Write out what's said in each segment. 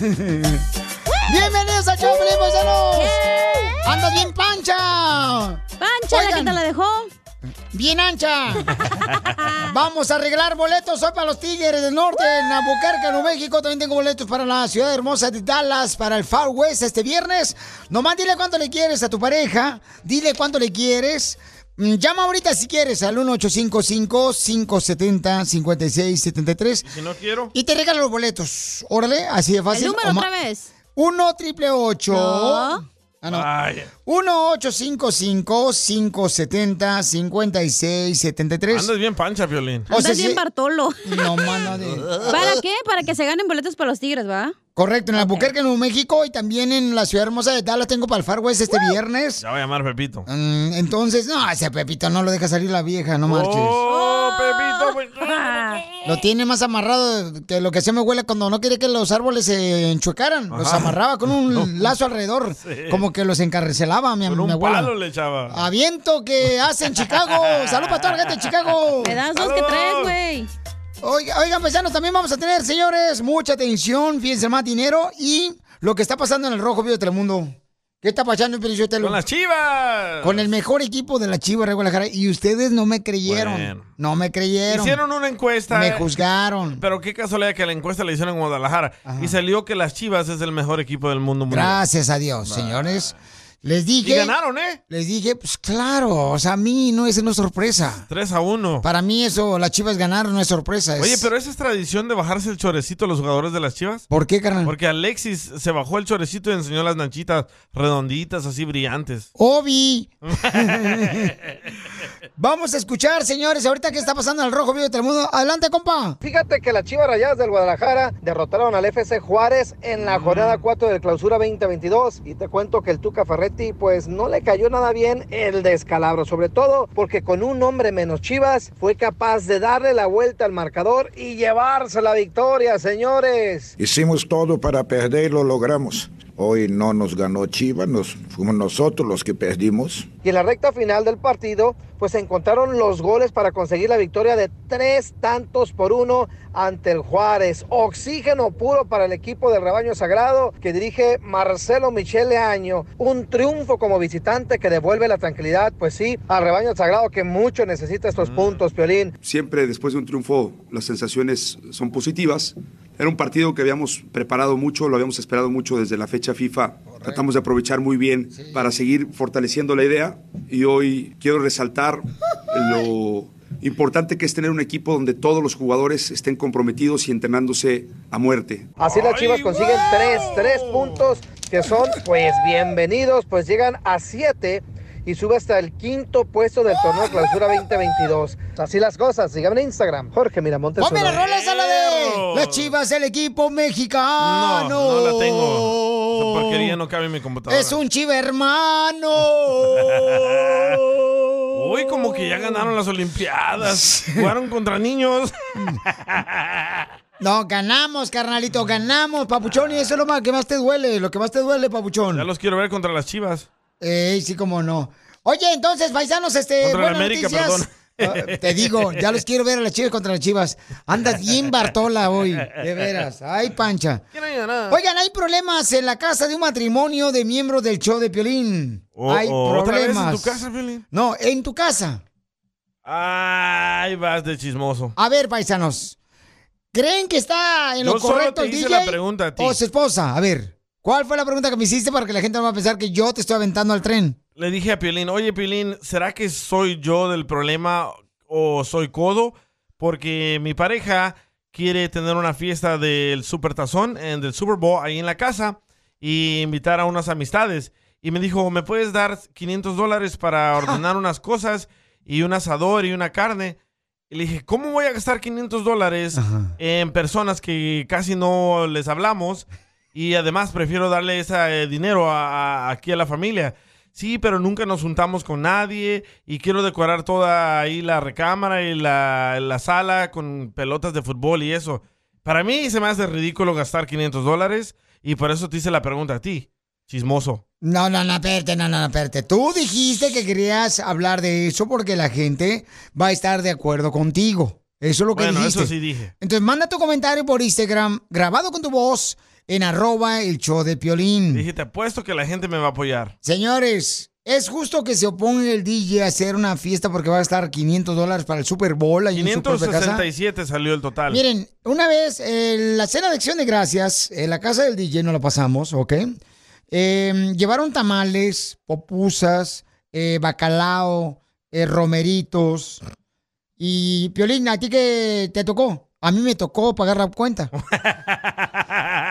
¡Bienvenidos a Choplin, paisanos! ¡Andas bien pancha! ¡Pancha, la que te la dejó! ¡Bien ancha! Vamos a arreglar boletos hoy para los Tigres del Norte en Albuquerque, Nuevo México. También tengo boletos para la ciudad hermosa de Dallas, para el Far West este viernes. Nomás dile cuánto le quieres a tu pareja, dile cuánto le quieres. Mm, Llama ahorita si quieres al 1855-570-5673. Si no quiero. Y te regalo los boletos. Órale, así de fácil. El número O ma- otra vez. 1 triple 8. No. Ah, no. Vaya. 1-855-570-5673. Andas bien pancha, Violín. O sea, Andas bien sí- Bartolo. No, mano de- ¿Para qué? Para que se ganen boletos para los tigres, ¿va? Correcto, en Albuquerque, Nuevo México y también en la ciudad hermosa de Dallas tengo para el Far West este viernes. Ya voy a llamar a Pepito. Mm, Entonces, no, ese Pepito no lo deja salir la vieja, no marches. ¡Oh, Pepito! pues, Lo tiene más amarrado que lo que se me huele cuando no quiere que los árboles se enchuecaran. Los Ajá. amarraba con un lazo alrededor, Sí. como que los encarcelaba mi, Con mi un abuela. palo le echaba. A viento que hace en Chicago. Salud para toda la gente de Chicago. Me das dos que ¡Saludos! tres, güey. Oiga, oigan, paisanos, también vamos a tener, señores, mucha atención, fíjense más dinero y lo que está pasando en el Rojo Vivo de Telemundo. ¿Qué está pasando, Pio Sotelo? ¡Con las chivas! Con el mejor equipo de la Chivas de Guadalajara. Y ustedes no me creyeron. Bueno. No me creyeron. Hicieron una encuesta. me eh, juzgaron. Pero qué casualidad que la encuesta la hicieron en Guadalajara. Y salió que las chivas es el mejor equipo del mundo mundial. Gracias a Dios, señores. Les Y dije. ganaron, ¿eh? Les dije, pues claro, o sea, a mí no es no es sorpresa. 3 a 1. Para mí eso, las Chivas ganaron no es sorpresa. es- Oye, pero esa es tradición de bajarse el chorecito a los jugadores de las chivas. ¿Por qué, carnal? Porque Alexis se bajó el chorecito y enseñó las nanchitas redonditas, así brillantes. Obi. Vamos a escuchar, señores, ahorita que está pasando en el Rojo Vivo de Telemundo. Adelante, compa. Fíjate que las Chivas Rayadas del Guadalajara derrotaron al FC Juárez en la jornada 4 del clausura 2022 y te cuento que el Tuca Ferretti pues no le cayó nada bien el descalabro, sobre todo porque con un hombre menos Chivas fue capaz de darle la vuelta al marcador y llevarse la victoria, señores. Hicimos todo para perder y lo logramos. Hoy no nos ganó Chivas, nos, fuimos nosotros los que perdimos. Y en la recta final del partido pues se encontraron los goles para conseguir la victoria de tres tantos por uno ante el Juárez. Oxígeno puro para el equipo del rebaño sagrado que dirige Marcelo Michele Año. Un triunfo como visitante que devuelve la tranquilidad, pues sí, al rebaño sagrado que mucho necesita estos puntos, Piolín. Siempre después de un triunfo las sensaciones son positivas. Era un partido que habíamos preparado mucho, lo habíamos esperado mucho desde la fecha FIFA. Tratamos de aprovechar muy bien para seguir fortaleciendo la idea y hoy quiero resaltar lo importante que es tener un equipo donde todos los jugadores estén comprometidos y entrenándose a muerte. Así las Chivas consiguen tres, tres puntos que son pues bienvenidos, pues llegan a siete y sube hasta el quinto puesto del torneo Clausura 2022. Así las cosas, síganme en Instagram, Jorge Miramontes. Ponme uno. la rola esa la de Perro. las Chivas, el equipo mexicano. No, no la tengo. Esa porquería no cabe en mi computadora. Oh. Es un chiva hermano. Uy, como que ya ganaron las Olimpiadas. Jugaron contra niños. No, ganamos, carnalito, ganamos, papuchón. Y eso es lo más que más te duele, lo que más te duele, papuchón. Ya los quiero ver contra las chivas. Ey, sí, como no. Oye, entonces, paisanos, este. Contra la buenas América, noticias. perdón. Ah, Te digo, ya los quiero ver a las chivas contra las chivas. Andas bien Bartola hoy, de veras. Ay, pancha. Oigan, hay problemas en la casa de un matrimonio de miembros del show de Piolín. Oh, hay oh, problemas. ¿Otra vez en tu casa, Piolín? No, en tu casa. Ay, vas de chismoso. A ver, paisanos. ¿Creen que está en lo Yo solo correcto te el hice DJ? la pregunta a ti. O su esposa. A ver, ¿cuál fue la pregunta que me hiciste para que la gente no va a pensar que yo te estoy aventando al tren? Le dije a Piolín, oye Piolín, ¿será que soy yo del problema o soy codo? Porque mi pareja quiere tener una fiesta del Super Tazón, en, del Super Bowl, ahí en la casa, y invitar a unas amistades. Y me dijo, ¿me puedes dar 500 dólares para ordenar unas cosas y un asador y una carne? Y le dije, ¿cómo voy a gastar 500 dólares en personas que casi no les hablamos? Y además prefiero darle ese eh, dinero a- a- aquí a la familia. Sí, pero nunca nos juntamos con nadie y quiero decorar toda ahí la recámara y la, la sala con pelotas de fútbol y eso. Para mí se me hace ridículo gastar 500 dólares y por eso te hice la pregunta a ti, chismoso. No, no, no, espérate, no, no, no, espérate. Tú dijiste que querías hablar de eso porque la gente va a estar de acuerdo contigo. Eso es lo que Bueno, dijiste. eso sí dije. Entonces manda tu comentario por Instagram grabado con tu voz en arroba el show de Piolín. Dije, te apuesto que la gente me va a apoyar. Señores, es justo que se oponga el DJ a hacer una fiesta porque va a gastar 500 dólares para el Super Bowl ahí en su propia casa. 567 salió el total. Miren, una vez en la cena de acción de gracias, en la casa del DJ no la pasamos, ¿ok? Eh, llevaron tamales, popusas, eh, bacalao, eh, romeritos. Y Piolín, ¿a ti qué te tocó? A mí me tocó pagar la cuenta.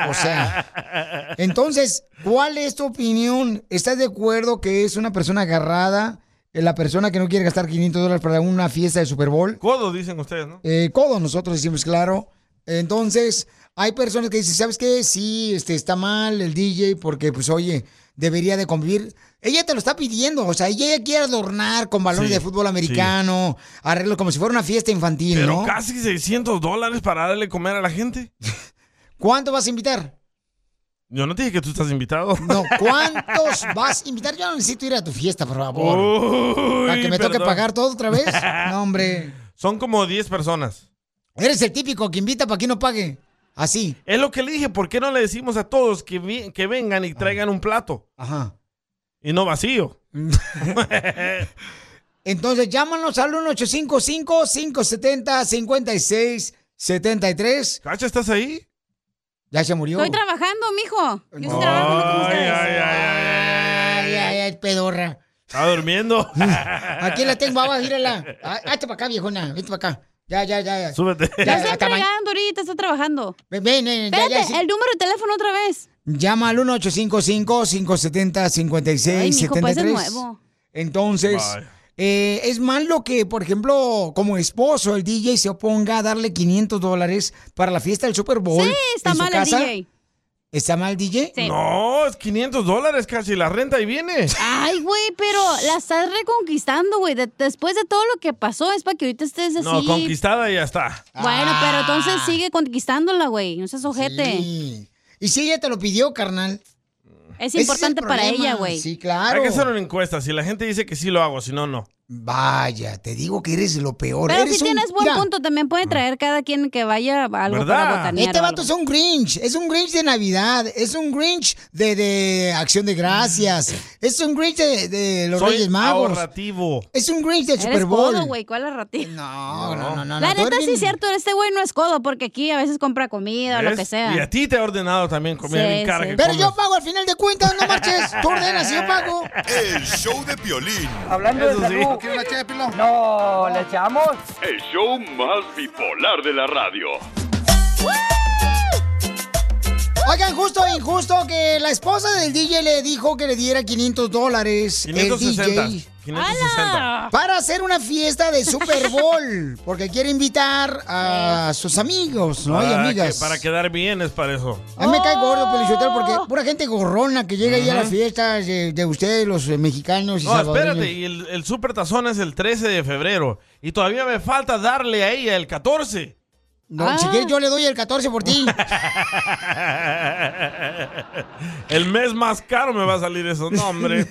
O sea, entonces, ¿cuál es tu opinión? ¿Estás de acuerdo que es una persona agarrada, eh, la persona que no quiere gastar 500 dólares para una fiesta de Super Bowl? Codo, dicen ustedes, ¿no? Eh, codo, nosotros decimos, claro. Entonces, hay personas que dicen, ¿sabes qué? Sí, este, está mal el DJ porque, pues, oye, debería de convivir. Ella te lo está pidiendo, o sea, ella quiere adornar con balones Sí, de fútbol americano, arreglo como si fuera una fiesta infantil, Pero ¿no? casi 600 dólares para darle comer a la gente. ¿Cuánto vas a invitar? Yo no te dije que tú estás invitado. No, ¿cuántos vas a invitar? Yo no necesito ir a tu fiesta, por favor. Uy, Para que me toque perdón. pagar todo otra vez. No, hombre. Son como 10 personas. Eres el típico que invita para que no pague. Así. Es lo que le dije, ¿por qué no le decimos a todos que, vi- que vengan y traigan un plato? Ajá. Y no vacío. Entonces llámanos al 1855-570-5673. ¿Cacha, estás ahí? Ya se murió. Estoy trabajando, mijo. Yo estoy trabajando con Ay, ay, ustedes. ay, Ay, ay, ay. ay, ay, pedorra. Está durmiendo. Aquí la tengo abajo, gírala. Ah, Hazte para acá, viejona. Vete para acá. Ya, ya, ya. ya. Eh, Súbete. Ya Ya, está hasta ma- entregando ahorita, está trabajando. Ven, ven, ven, ya, ya, Espérate, sí. el número de teléfono otra vez. Llama al 1855-570-5673. Ay, mijo, pues es nuevo. Entonces, Bye. eh, es malo que, por ejemplo, como esposo, el DJ se oponga a darle 500 dólares para la fiesta del Super Bowl. Sí, está en su mal el casa. DJ. ¿Está mal, DJ? Sí. No, es 500 dólares casi la renta y viene. Ay, güey, pero la estás reconquistando, güey. De- después de todo lo que pasó, es para que ahorita estés así. No, conquistada y ya está. Bueno, pero entonces Ah. sigue conquistándola, güey. No seas ojete. Sí. Y si ella te lo pidió, carnal. Es Ese importante el para problema. ella, güey. Sí, claro. Hay que hacer una encuesta. Si la gente dice que sí lo hago, si no, no. Vaya, te digo que eres lo peor. Pero Eres si un- tienes buen Mira, punto, también puede traer cada quien que vaya a algo ¿Verdad? para botanear. Este o vato algo. es un Grinch, es un Grinch de Navidad, es un Grinch de, de Acción de Gracias, es un Grinch de, de los Soy Reyes Magos, ahorrativo. es un Grinch del Super Eres Bowl. codo, güey. ¿Cuál es ratito? No, no, no, no. la no, tú neta eres bien- sí es cierto, este güey no es codo porque aquí a veces compra comida o lo ¿Ves? que Y a sea. ti te he ordenado también comida Sí, bien cara sí. que Pero yo comes. pago al final de cuentas, no marches. Tú ordenas y yo pago. El show de Piolín. Hablando Eso de sí. salud. ¿No una No, ¿le echamos? El show más bipolar de la radio. Oigan, justo o injusto que la esposa del DJ le dijo que le diera 500 dólares el 560. DJ 560. para hacer una fiesta de Super Bowl, porque quiere invitar a sus amigos, ¿no? Y Para amigas. Ah, que- para queedar bien es para eso. A mí me cae Oh. gordo, Pelichotero, porque pura gente gorrona que llega ahí a las fiestas de, de ustedes, los eh, mexicanos y No, salvadoreños. espérate, y el, el super tazón es el 13 de febrero. Y todavía me falta darle a ella el 14. No, Ah. si quieres yo le doy el 14 por ti. El mes más caro me va a salir eso. No, hombre.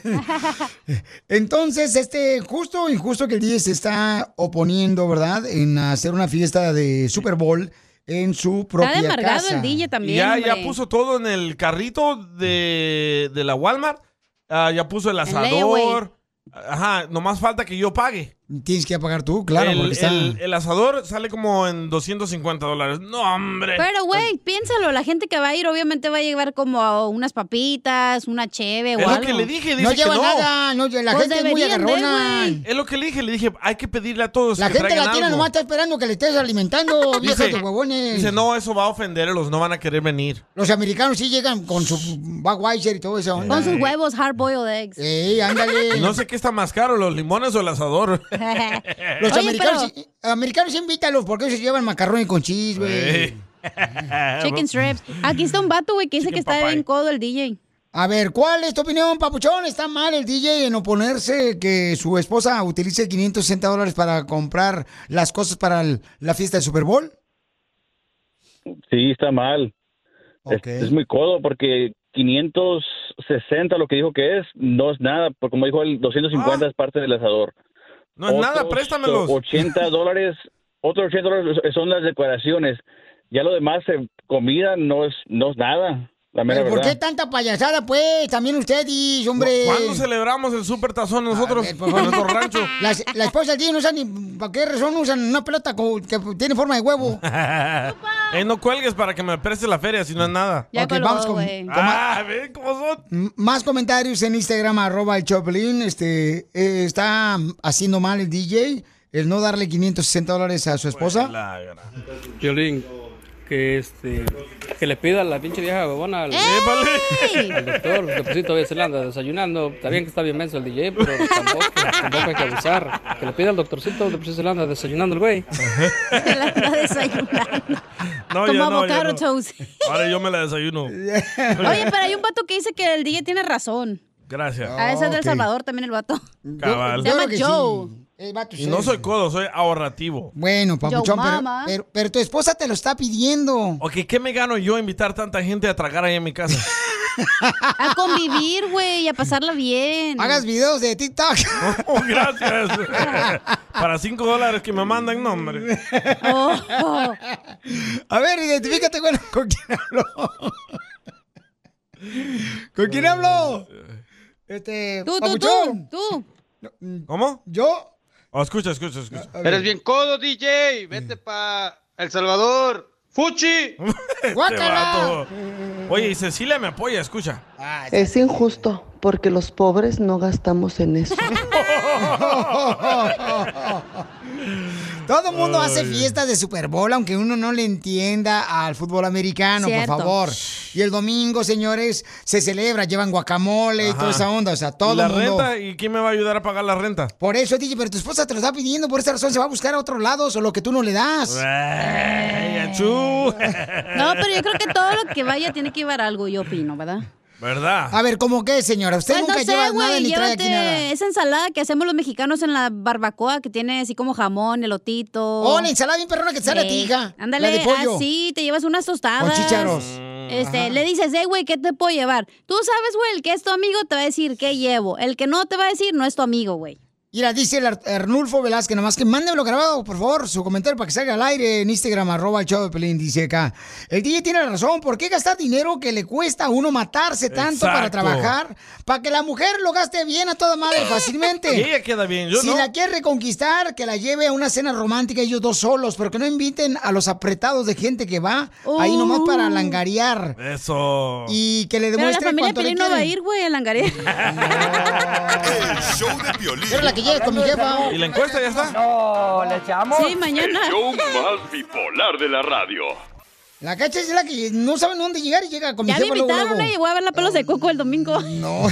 Entonces, este, justo o injusto que el DJ se está oponiendo, ¿verdad? En hacer una fiesta de Super Bowl en su propia Está amargado casa. el DJ Y también. ya, ya hombre. puso todo en el carrito de, de la Walmart. Ah, ya puso el layaway. asador. Ajá, nomás falta que yo pague. Tienes que pagar tú, claro, el, porque está... el- el asador sale como en 250 dólares. No, hombre. Pero, güey, piénsalo, la gente que va a ir obviamente va a llevar como a unas papitas, una cheve o Es lo algo. que le dije, dice No lleva que no. nada, no, la Pues gente es muy deberían de, agarrona. güey. Es lo que le dije, le dije, hay que pedirle a todos La que gente traigan latina algo. nomás está esperando que le estés alimentando, viejos de huevones. Dice, no, eso va a ofenderlos, no van a querer venir. Los americanos sí llegan con su Budweiser y todo eso. Con sus huevos hard boiled eggs. Ey, ándale. Y no sé qué está más caro, los limones o el asador. Los americanos, sí- americanos invítalos porque ellos llevan macarrones con cheese, güey. Ey. Ah, Chicken strips. Aquí está un vato, güey, que dice que está papaya. bien codo el DJ. A ver, ¿cuál es tu opinión, papuchón? ¿Está mal el DJ en oponerse que su esposa utilice 560 dólares para comprar las cosas para el- la fiesta del Super Bowl? Sí, está mal. Es- Es, muy codo porque 560, lo que dijo que es, no es nada. Porque como dijo él, Ah. 250 es parte del asador. No es nada, Otros préstamelos. 80 dólares, otros 80 dólares son las decoraciones. Ya lo demás, eh, comida, no es, no es nada. La mera ¿Pero ¿Por qué verdad. tanta payasada, pues? También ustedes, hombre. ¿Cuándo celebramos el super tazón nosotros en favor. nuestro rancho? La, la esposa del DJ no sabe ni para qué razón usan una pelota con- que tiene forma de huevo. Eh, no cuelgues para que me prestes la feria, si no es nada. Ya Ok, colgó, vamos con- güey. con ma- Ah, ¿ven cómo son? M- Más comentarios en Instagram, arroba el Choplin. Este, eh, está haciendo mal el DJ el no darle 560 dólares a su esposa. Violín, que este que le pida a la pinche vieja huevona al, al doctor, que pues sí, todavía se la anda desayunando. Está bien que está bien menso el DJ, pero tampoco, tampoco hay que abusar. Que le pida al doctorcito, que pues sí, se la anda Ah, desayunando el güey. Se la anda desayunando. No, como yo no, yo avocado no. toast. Ahora yo me la desayuno. Oye, pero hay un vato que dice que el DJ tiene razón. Gracias. Ah, A veces es del Salvador también el vato. Cabal. Se llama Claro que sí. Joe. Y no soy codo, soy ahorrativo. Bueno, papuchón, pero, mama. Ah, pero- pero tu esposa te lo está pidiendo. Ok, ¿qué me gano yo invitar tanta gente a tragar ahí en mi casa? A convivir, güey, y a pasarla bien. Hagas videos de TikTok. Oh, gracias. Para cinco dólares que me mandan, no, hombre. Oh. A ver, identifícate, bueno, ¿con quién habló? ¿Con quién habló? Este, Tú, tú, papuchón. tú, tú. ¿Cómo? ¿Yo? Oh, escucha, escucha, escucha. Eres bien codo, DJ. Vete pa El Salvador. ¡Fuchi! Guácala. Este Oye, y Cecilia me apoya, escucha. Ah, Es injusto porque los pobres no gastamos en eso. Oh, Todo el mundo Ay. hace fiestas de Super Bowl, aunque uno no le entienda al fútbol americano, Cierto. por favor. Y el domingo, señores, se celebra, llevan guacamole y Ajá. toda esa onda. O sea, todo la el mundo. renta? ¿Y quién me va a ayudar a pagar la renta? Por eso, DJ, pero tu esposa te lo está pidiendo, por esa razón se va a buscar a otros lados o lo que tú no le das. Ey, achú. No, pero yo creo que todo lo que vaya tiene que llevar algo, yo opino, ¿verdad? ¿Verdad? A ver, ¿cómo qué, señora? Usted Pues nunca lleva nada ni trae aquí nada. llévate esa ensalada que hacemos los mexicanos en la barbacoa que tiene así como jamón, elotito. Oh, la ensalada bien perrona que te sale a ti, Ey, hija. Ándale, La de pollo. así, te llevas unas tostadas. Con chícharos. Este, Ajá. le dices, hey, güey, ¿qué te puedo llevar? Tú sabes, güey, el que es tu amigo te va a decir qué llevo. El que no te va a decir no es tu amigo, güey. Mira, dice el Ar- Arnulfo Velázquez, nomás que mándenlo grabado, por favor, su comentario para que salga al aire en Instagram, arroba el show de Pelín, dice acá. El DJ tiene la razón, ¿por qué gastar dinero que le cuesta a uno matarse tanto para Exacto. trabajar? Para que la mujer lo gaste bien a toda madre fácilmente. Y ella queda bien, yo si no. la quiere reconquistar, que la lleve a una cena romántica ellos dos solos, pero que no inviten a los apretados de gente que va ahí nomás Oh. para langarear. Eso. Y que le Pero la demuestre familia cuánto Pelín le no va a quieren. ir, güey, a Langaré. Pero la que llegue con mi jefa. ¿Y la encuesta ya ¿Ah? está? No, le echamos. El show más bipolar de la radio. La cacha es la que no saben dónde llegar y llega con mi Ya me jefa luego, invitaron, luego. Mm, eh, y voy a ver la pelos de coco el domingo. No.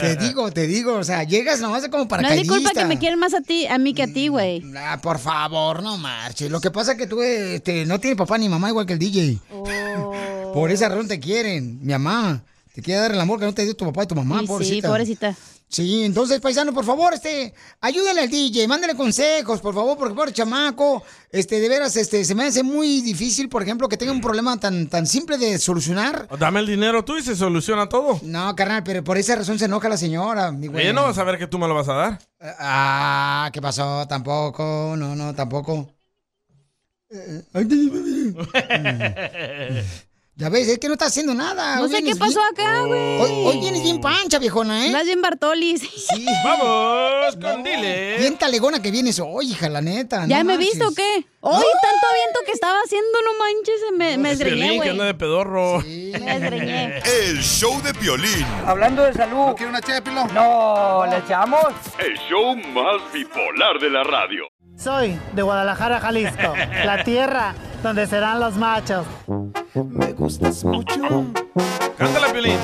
Te digo, te digo, o sea, llegas nomás como No es mi paracaidista. culpa que me quieren más a ti, a mí que a ti, güey. Ah, por favor, no marches. Lo que pasa es que tú este, no tienes papá ni mamá igual que el DJ. Oh. Por esa razón te quieren, mi mamá. Te quiere dar el amor que no te dio tu papá y tu mamá, Y sí, pobrecita. pobrecita. Sí, entonces, paisano, por favor, este, ayúdenle al DJ, mándale consejos, por favor, porque por chamaco, este, de veras, este, se me hace muy difícil, por ejemplo, que tenga un problema tan, tan simple de solucionar. Dame el dinero tú y se soluciona todo. No, carnal, pero por esa razón se enoja la señora, mi güey. Eh, Ella no va a saber que tú me lo vas a dar. Ah, ¿qué pasó? Tampoco, no, eh. no, tampoco. Ya ves, es que no está haciendo nada. No Hoy sé qué vienes pasó bien- acá, güey. Hoy, hoy vienes bien pancha, viejona, ¿eh? Vas bien Bartolis. Sí. Vamos, con dile. Bien talegona que vienes hoy, hija, la neta. Ah, ¿Ya no me he marches. visto o qué? Hoy tanto viento que estaba haciendo, no manches, me, me desgreñé, Piolín, que güey. anda de pedorro. El show de Piolín. Eh, Hablando de salud. ¿No quiere una ché, No, ¿le echamos? El show más bipolar de la radio. Soy de Guadalajara, Jalisco, la tierra donde serán los machos. Me gustas mucho. Cántala, Piolín.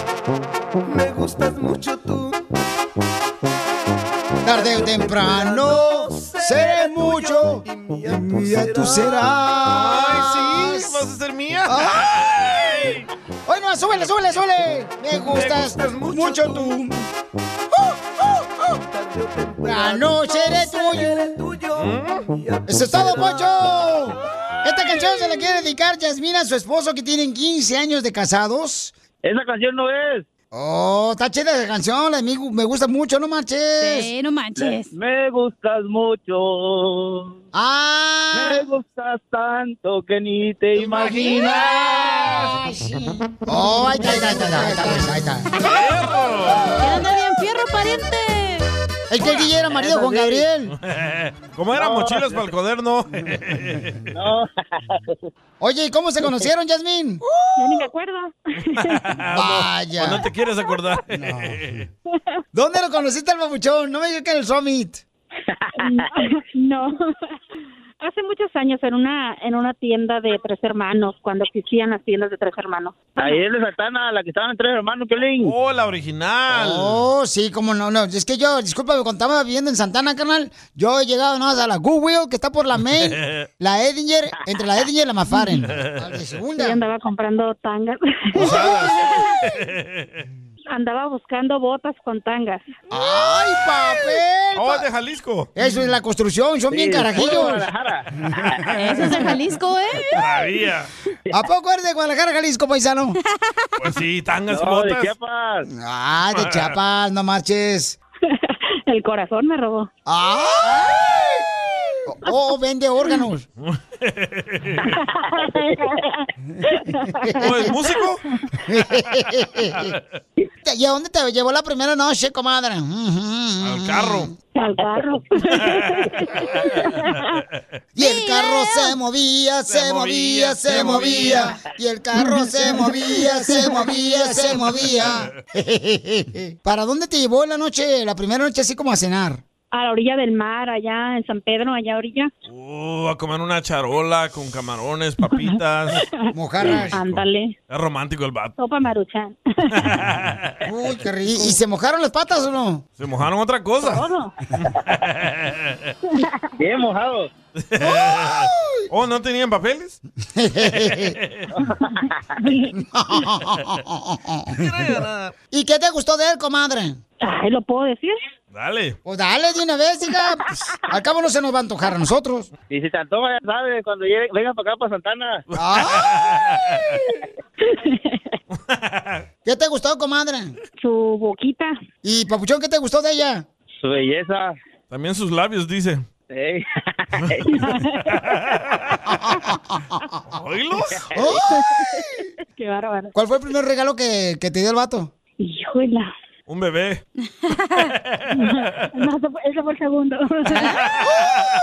Me gustas mucho tú. Tarde o temprano seré mucho y mía tú serás. Ay, sí, vas a ser mía. ¡Ay! ¡Ay, no! ¡Súbele, súbele, súbele! Me gustas, mucho, tú. La noche eres tuyo. ¡Eso es todo, Pocho! Esta canción se la quiere dedicar Yasmina a su esposo que tienen 15 años de casados. Esa canción no es. Oh, está chida la canción, la de mi- me gusta mucho, no marches. Sí, no manches. Me gustas mucho. Ah. Me gustas tanto que ni te imaginas. Oh, ahí está, ahí está, ahí está, ahí está, pues, ahí está. ¡Anda bien fierro, pariente! El que el DJ era marido de Juan Gabriel. ¿Cómo eran No, mochilas no. para el coderno? Oye, ¿y cómo se conocieron, Yasmín? No, ni me acuerdo. Vaya. ¿O no te quieres acordar? ¿Dónde lo conociste al babuchón? No me digas que en el Summit. No. Hace muchos años en una en una tienda de tres hermanos, cuando existían las tiendas de tres hermanos. Ahí es de Santana, la que estaban tres hermanos, Piolín. Oh, la original. Oh, sí, cómo no, no. Es que yo, discúlpame, cuando estaba viviendo en Santana, carnal, yo he llegado nada más a la Goodwill, que está por la Main, la Edinger, entre la Edinger y la Mafaren. Yo andaba comprando tangas. andaba buscando botas con tangas. ¡Ay, papel! Oh, es de Jalisco. Eso es la construcción, son bien carajillos. Eso es de Jalisco, ¿eh? Sabía. ¿A poco eres de Guadalajara, Jalisco, paisano? Pues sí, tangas y No, de botas. Chiapas. Ah, de Chiapas, no marches. El corazón me robó. ¡Ay! Ah. Oh, vende órganos. ¿O es músico? ¿Y a dónde te llevó la primera noche, comadre? Al carro. Al carro. Y el carro se movía, se movía, se movía. Y el carro se movía, se movía, se movía. ¿Para dónde te llevó la noche, la primera noche así como a cenar? A la orilla del mar, allá en San Pedro, allá a orilla. Oh, a comer una charola con camarones, papitas. Mojarras. Ándale. Es romántico el vato. Sopa maruchan. Uy, qué rico. ¿Y, y se mojaron las patas o no? Se mojaron otra cosa. Todo. Bien mojados. oh, ¿no tenían papeles? ¿Y qué te gustó de él, comadre? Ay, ¿lo puedo decir? Dale. Pues dale de una vez, hija. Pues, al cabo no se nos va a antojar a nosotros. Y si te antoja, ya sabes, cuando llegue, venga para acá, para Santana. ¿Qué te gustó, comadre? Su boquita. ¿Y, papuchón, qué te gustó de ella? Su belleza. También sus labios, dice. Ey. ¿Oílos? Qué bárbaro. ¿Cuál fue el primer regalo que, que te dio el vato? Híjola. Un bebé. No, ese fue- ese fue el segundo.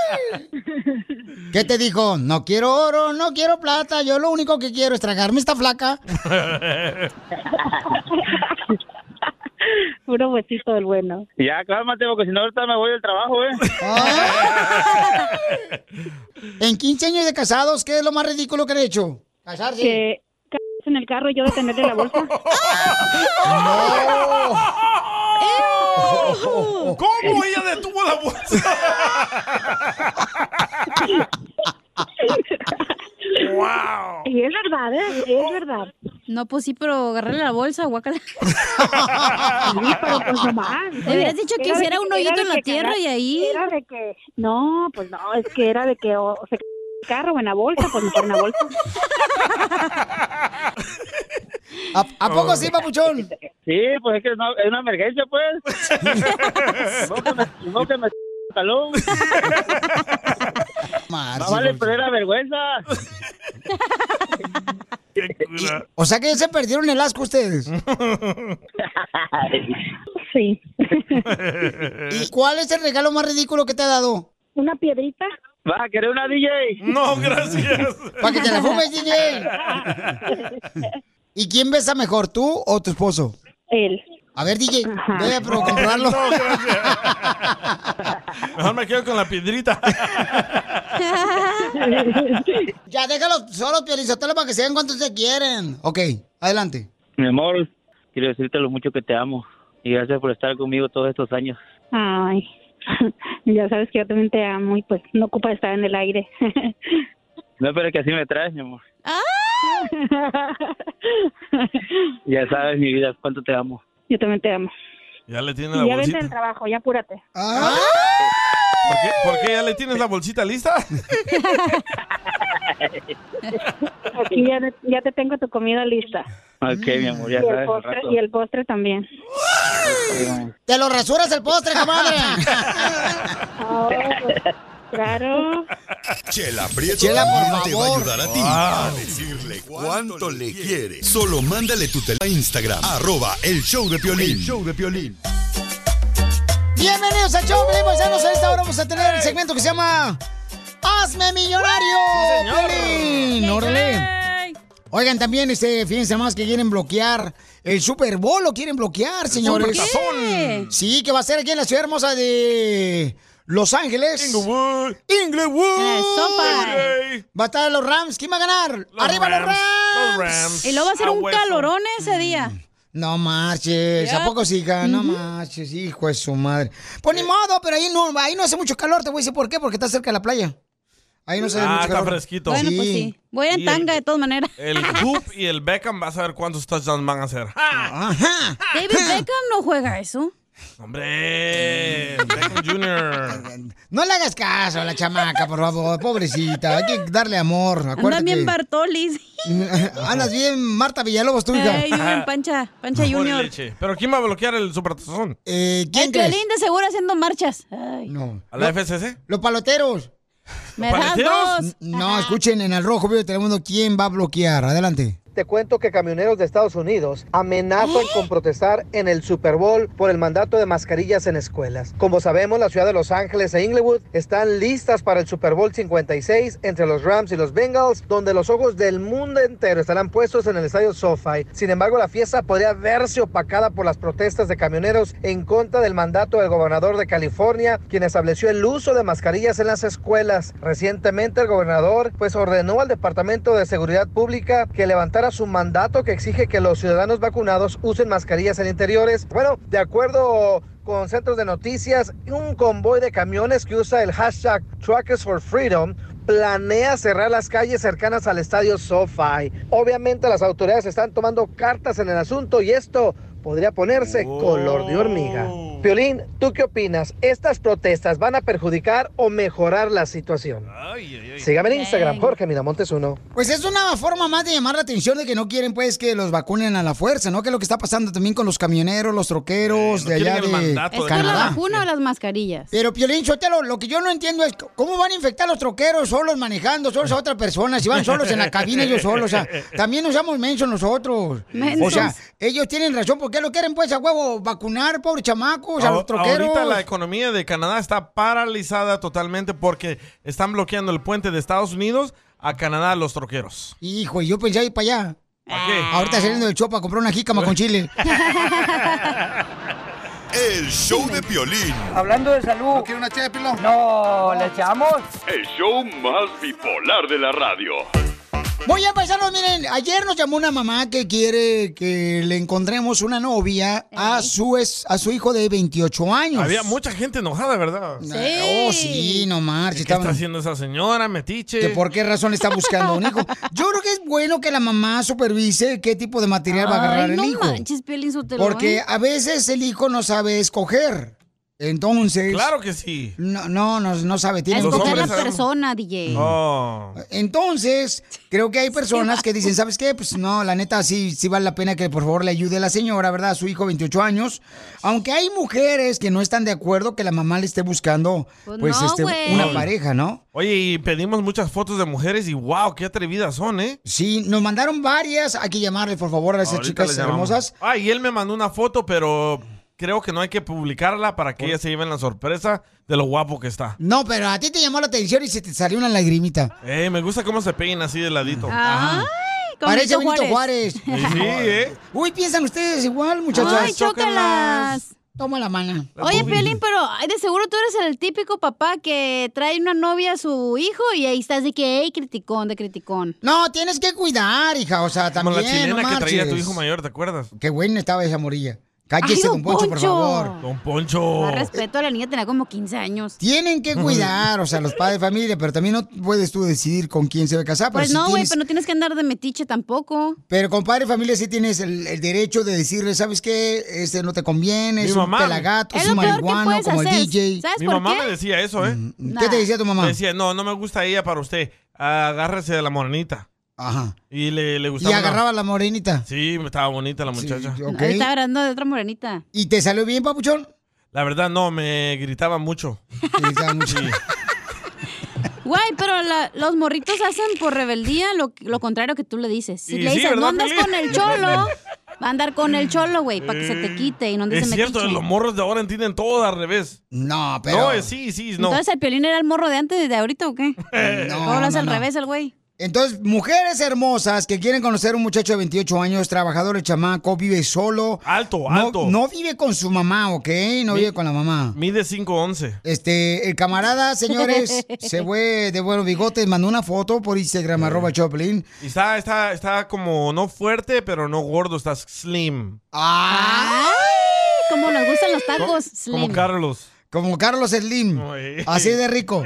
¿Qué te dijo? No quiero oro, no quiero plata. Yo lo único que quiero es tragarme esta flaca. Puro huesito del bueno. ya, cálmate, porque si no, ahorita me voy del trabajo, ¿eh? En 15 años de casados, ¿qué es lo más ridículo que han hecho? Casarse. Que c- en el carro y yo detenerle la bolsa. ¡Ah! ¡Eh! ¿Cómo ella detuvo la bolsa? ¡Wow! Y es verdad, ¿eh? Es verdad. No, pues sí, pero agarrarle la bolsa, guácala. Sí, pero pues nomás. Le hubieras dicho que Era de hiciera un era hoyito de en la que tierra cagar- y ahí. Era de que... No, pues no, es que era de que o se c- el carro o en la bolsa, pues mejor en la bolsa. ¿A, a poco sí, papuchón? Sí, pues es que no- es una emergencia, pues. no que me, no que me el talón. no vale perder la vergüenza. Qué película. O sea que ya se perdieron el asco ustedes. Sí. ¿Y cuál es el regalo más ridículo que te ha dado? Una piedrita. ¿Vas a querer una DJ? No, gracias. Para que te la fumes, DJ. ¿Y quién besa mejor, tú o tu esposo? Él. A ver, DJ, voy a pro- comprobarlo. No, Mejor me quedo con la piedrita. ya, déjalo solo, Piolizotelo, para que se vean cuántos se quieren. Ok, adelante. Mi amor, quiero decirte lo mucho que te amo y gracias por estar conmigo todos estos años. Ah. Ay, ya sabes que yo también te amo y pues no ocupa estar en el aire. No esperes que así me traes, mi amor. Ya sabes, mi vida, cuánto te amo. Yo también te amo. Ya le tiene la Y ya vente bolsita. del trabajo, ya apúrate. Ah. ¿Por qué, por qué ya le tienes la bolsita lista? Aquí ya, ya te tengo tu comida lista. Ok, mi amor, Y ya el, sabes. postre, y el postre también. ¡Te lo rasuras el postre, comadre! Oh, claro. Chela Prieto Chela, por también te va a favor. ayudar a ti Wow. a decirle cuánto le quiere. Solo mándale tu teléfono a Instagram, arroba el show de Piolín. show de Piolín. Bienvenidos a show, Vivo Paisanos. A esta hora vamos a tener el segmento que se llama ¡Hazme Millonario! Piolín. Órale. Oigan, también, este, fíjense más que quieren bloquear el Super Bowl, lo quieren bloquear, señores. Supertazón. Sí, que va a ser aquí en la ciudad hermosa de Los Ángeles. Inglewood. Eh, Inglewood. sopa. Va a estar los Rams. ¿Quién va a ganar? ¡Arriba los Rams, Rams! los Rams. Y luego va a ser un Abueso. calorón ese día. No marches, ¿a Ya. poco sí, ca- No marches, hijo de su madre. Pues ni modo, pero ahí no, ahí no hace mucho calor, te voy a decir por qué, porque está cerca de la playa. Ahí no se ve Ah, mucho está calor. fresquito. Bueno, pues sí. Voy a ir Y en tanga el- de todas maneras. El Hoop y el Beckham vas a ver cuántos touchdowns van a hacer. ¡Ja! David Beckham no juega eso. ¡Hombre! el Beckham Jr. No le hagas caso a la chamaca, por favor, pobrecita. Hay que darle amor. Anda Acuérdate bien que- Bartolis. Andas bien, Marta Villalobos, tú, hija. Ey, yo bien Pancha, Pancha Por Junior. leche. Pero ¿quién va a bloquear el supertazón? Eh, El Piolín de seguro haciendo marchas. Ay, No. ¿A la No. FCC? Los paloteros. me das dos. No, escuchen en el rojo, vivo de Telemundo, ¿quién va a bloquear? Adelante. Te cuento que camioneros de Estados Unidos amenazan con protestar en el Super Bowl por el mandato de mascarillas en escuelas. Como sabemos, la ciudad de Los Ángeles e Inglewood están listas para el Super Bowl 56 entre los Rams y los Bengals, donde los ojos del mundo entero estarán puestos en el estadio SoFi. Sin embargo, la fiesta podría verse opacada por las protestas de camioneros en contra del mandato del gobernador de California, quien estableció el uso de mascarillas en las escuelas. Recientemente el gobernador pues ordenó al Departamento de Seguridad Pública que levantara su mandato que exige que los ciudadanos vacunados usen mascarillas en interiores. Bueno, de acuerdo con centros de noticias, un convoy de camiones que usa el hashtag Truckers for Freedom planea cerrar las calles cercanas al estadio SoFi. Obviamente las autoridades están tomando cartas en el asunto y esto podría ponerse color de hormiga. Piolín, ¿tú qué opinas? ¿Estas protestas van a perjudicar o mejorar la situación? Sígame en Instagram, Jorge Miramontes 1. Pues es una forma más de llamar la atención de que no quieren pues que los vacunen a la fuerza, ¿no? Que es lo que está pasando también con los camioneros, los troqueros de allá ¿Es de por la Canadá. vacuna o las mascarillas? Pero Piolín Chotelo, lo que yo no entiendo es cómo van a infectar a los troqueros solos manejando, solos a otra persona, si van solos en la cabina ellos solos, o sea, también nos damos mensos nosotros. Mensos. O sea, ellos tienen razón, ¿por qué lo quieren pues a huevo vacunar, pobre chamacos, a Ahor- los troqueros? Ahorita la economía de Canadá está paralizada totalmente porque están bloqueando el puente de Estados Unidos a Canadá a los troqueros. Hijo, y yo pensé ir para allá. ¿A qué? Pues, Ahorita saliendo del chopa, compré una jícama con chile. El show de Piolín. Hablando de salud. ¿No quiere una ché No, ¿le echamos? El show más bipolar de la radio. Voy a paisanos, miren, ayer nos llamó una mamá que quiere que le encontremos una novia a su es, a su hijo de 28 años. Había mucha gente enojada, ¿verdad? Oh, sí, no ¿Qué, marches. está estaban- haciendo esa señora, metiche? ¿Que ¿Por qué razón le está buscando a un hijo? Yo creo que es bueno que la mamá supervise qué tipo de material va a agarrar Ay, el no hijo. manches, Piolín Sotelo, Porque ¿eh? a veces el hijo no sabe escoger. Entonces. Claro que sí. No, no, no, no sabe. Tiene Es mucho porque la cerebro. persona, DJ. Entonces, creo que hay personas que dicen, ¿sabes qué? Pues no, la neta sí, sí vale la pena que por favor le ayude a la señora, ¿verdad? A su hijo, 28 años. Aunque hay mujeres que no están de acuerdo que la mamá le esté buscando, Pues pues, no, este, güey. una pareja, ¿no? Oye, y pedimos muchas fotos de mujeres y wow, qué atrevidas son, ¿eh? Sí, nos mandaron varias. Hay que llamarle, por favor, a esas Ahorita chicas les llamamos. hermosas. Ah, y él me mandó una foto, pero creo que no hay que publicarla para que ellas se lleven la sorpresa de lo guapo que está. No, pero a ti te llamó la atención y se te salió una lagrimita. Eh, me gusta cómo se peinan así de ladito. Parece Ah. Benito Juárez. Y sí, ¿eh? Uy, piensan ustedes igual, muchachas. Ay, chócalas. Toma la mano. Oye, Piolín, pero ay, de seguro tú eres el típico papá que trae una novia a su hijo y ahí estás de que, hey, criticón, de criticón. No, tienes que cuidar, hija, o sea, Como también. la chilena no que traía a tu marches. hijo mayor, ¿te acuerdas? Qué buena estaba esa morilla. Cállese, Ay, don, don Poncho, por Poncho. favor. Don Poncho. Más respeto a la niña, tenía como 15 años. Tienen que cuidar, o sea, los padres de familia, pero también no puedes tú decidir con quién se va a casar. pero Pues si no, güey, tienes- pero no tienes que andar de metiche tampoco. Pero con padre de familia sí tienes el, el derecho de decirle, ¿sabes qué? Este no te conviene, Mi es mamá. un pelagato, Es es, lo un peor que marihuano, puedes como hacer. el DJ. ¿Sabes Mi mamá me decía eso, ¿eh? Mm, ¿Qué te decía tu mamá? Me decía, no, no me gusta ella para usted. Agárrese de la morenita. Ajá. Y le, le Y gustaba. una- agarraba la morenita. Sí, estaba bonita la muchacha. Ahí Estaba hablando de otra morenita. ¿Y te salió bien, papuchón? La verdad, no, me gritaba mucho. Sí. Güey, pero la- los morritos hacen por rebeldía lo, lo contrario que tú le dices. Si Y le sí, dices, ¿verdad, no andas Piolín? con el cholo, va a andar con el cholo, güey, para que se te quite y no andes Eh, Es de cierto, metiche. los morros de ahora entienden todo al revés. No, pero- No, eh, sí, sí, no. Eh, Entonces, ¿el piolín era el morro de antes, de ahorita o qué? No, Ahora es no, al no. revés el güey. Entonces, mujeres hermosas que quieren conocer a un muchacho de 28 años, trabajador, el chamaco, vive solo. Alto, No- alto. No, vive con su mamá, ¿ok? No Mi- vive con la mamá. Mide 5'11. Este, el camarada, señores, se fue de buenos bigotes, mandó una foto por Instagram, Eh. arroba Choplin. Y está, está, está como no fuerte, pero no gordo, está slim. ¡Ah! Como nos gustan los tacos, Como Slim. Carlos. Como Carlos Slim. Así de rico.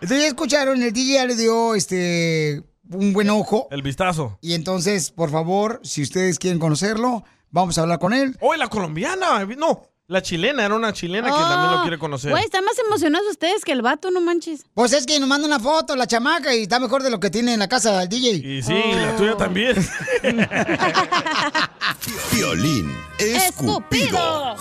Entonces ya escucharon, el DJ ya le dio este un buen ojo. El vistazo. Y entonces, por favor, si ustedes quieren conocerlo, vamos a hablar con él. ¡Hoy la colombiana! No, la chilena, era una chilena que también Oh, lo quiere conocer. Güey, están más emocionados ustedes que el vato, no manches. Pues es que nos manda una foto la chamaca y está mejor de lo que tiene en la casa el DJ. Y sí, la tuya también. Violín escupido.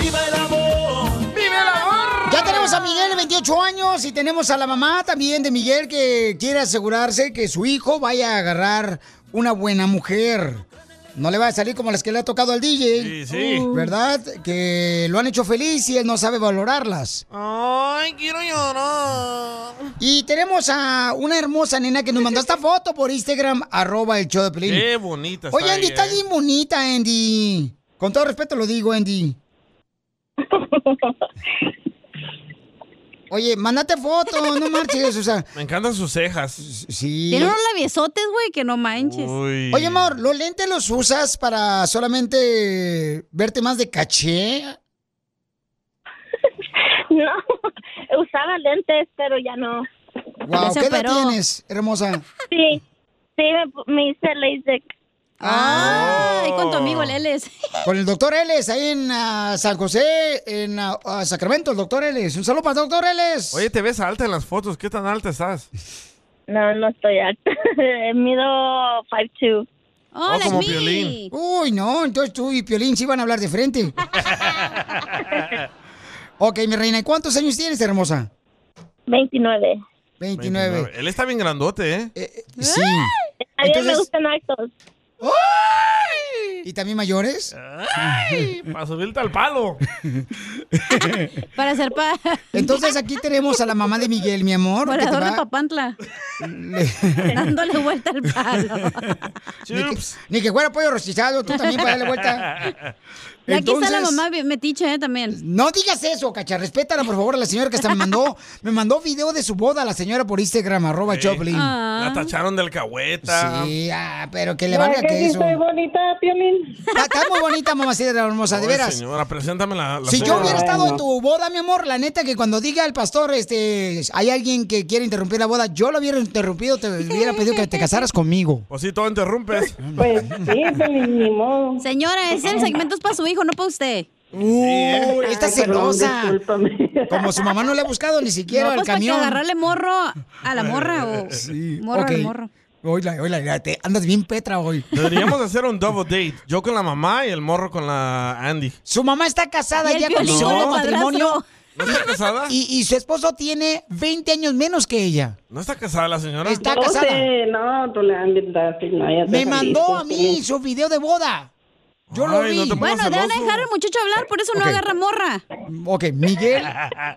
¡Viva el amor! ¡Viva el amor! Ya tenemos a Miguel de 28 años y tenemos a la mamá también de Miguel que quiere asegurarse que su hijo vaya a agarrar una buena mujer. No le va a salir como las que le ha tocado al DJ. Sí, sí. ¿Verdad? Que lo han hecho feliz y él no sabe valorarlas. Ay, quiero llorar. Y tenemos a una hermosa nena que nos mandó esta foto por Instagram, arroba el show de Pelín. Qué bonita Oye, está Andy, ella, está ¿eh? bien bonita, Andy. Con todo respeto lo digo, Andy. Oye, mándate foto, no marches, o sea. Me encantan sus cejas. Sí. Tiene unos labiosotes, güey, que no manches. Uy. Oye, amor, ¿los lentes los usas para solamente verte más de caché? No, usaba lentes, pero ya no. Wow, se ¿qué edad operó. tienes, hermosa? Sí, sí, me, me hice LASIK. Ay, con tu Ah, amigo el Eles. Con el doctor Eles, ahí en ah, San José, en ah, ah, Sacramento, el doctor Eles. Un saludo para el doctor Eles. Oye, te ves alta en las fotos. ¿Qué tan alta estás? No, no estoy alta. Mido 5'2". Oh, Oh, like como me. Piolín. Uy, no, entonces tú y Piolín sí van a hablar de frente. ok, mi reina, ¿y cuántos años tienes, hermosa? 29. 29. Él está bien grandote, ¿eh? Sí. A mí me gustan altos. ¿Y también mayores? Ah. Ay, para subirte al palo. Para hacer pa... Entonces aquí tenemos a la mamá de Miguel, mi amor. que te Volador de va- Papantla. Dándole vuelta al palo. Ni que, pues. ni que fuera pollo rostizado, tú también para darle vuelta. Y aquí está la Entonces- mamá bien metiche, eh, también. No digas eso, cacha. Respétala, por favor, a la señora que hasta me mandó. Me mandó video de su boda la señora por Instagram, arroba Choplin. La Ah. tacharon del cahueta. Sí, ah, pero que le valga que eso. bonita, Piolín. Está, está muy bonita, mamacita hermosa, de Ay, veras. Señora, preséntame la. la Si yo señora. hubiera estado en tu boda, mi amor, la neta que cuando diga el pastor, este, hay alguien que quiere interrumpir la boda, yo lo hubiera interrumpido, te hubiera pedido que te casaras conmigo. Pues sí, todo interrumpes. Pues sí, Señora, ese segmento es para su hijo, no para usted. Uh, está ¿eh? Ah, perdón, celosa. Como su mamá no le ha buscado ni siquiera No, el pues para que camión. Eh, agarrarle morro a la morra o Sí, morro ok. al morro. Oila, oila, oila, te andas bien petra hoy. Deberíamos hacer un double date. Yo con la mamá y el morro con la Andy. Su mamá está casada Y el ya con Piolín su con el matrimonio. ¿No está casada? Y, y su esposo tiene 20 años menos que ella. ¿No está casada la señora? Está casada. no, tú le andas, sí, no, ya te Me mandó a saliste, mí sí. su video de boda. Yo lo Ay, vi. no te pongas Bueno, deja celoso. dejar al muchacho hablar, por eso no agarra morra. Ok, Miguel,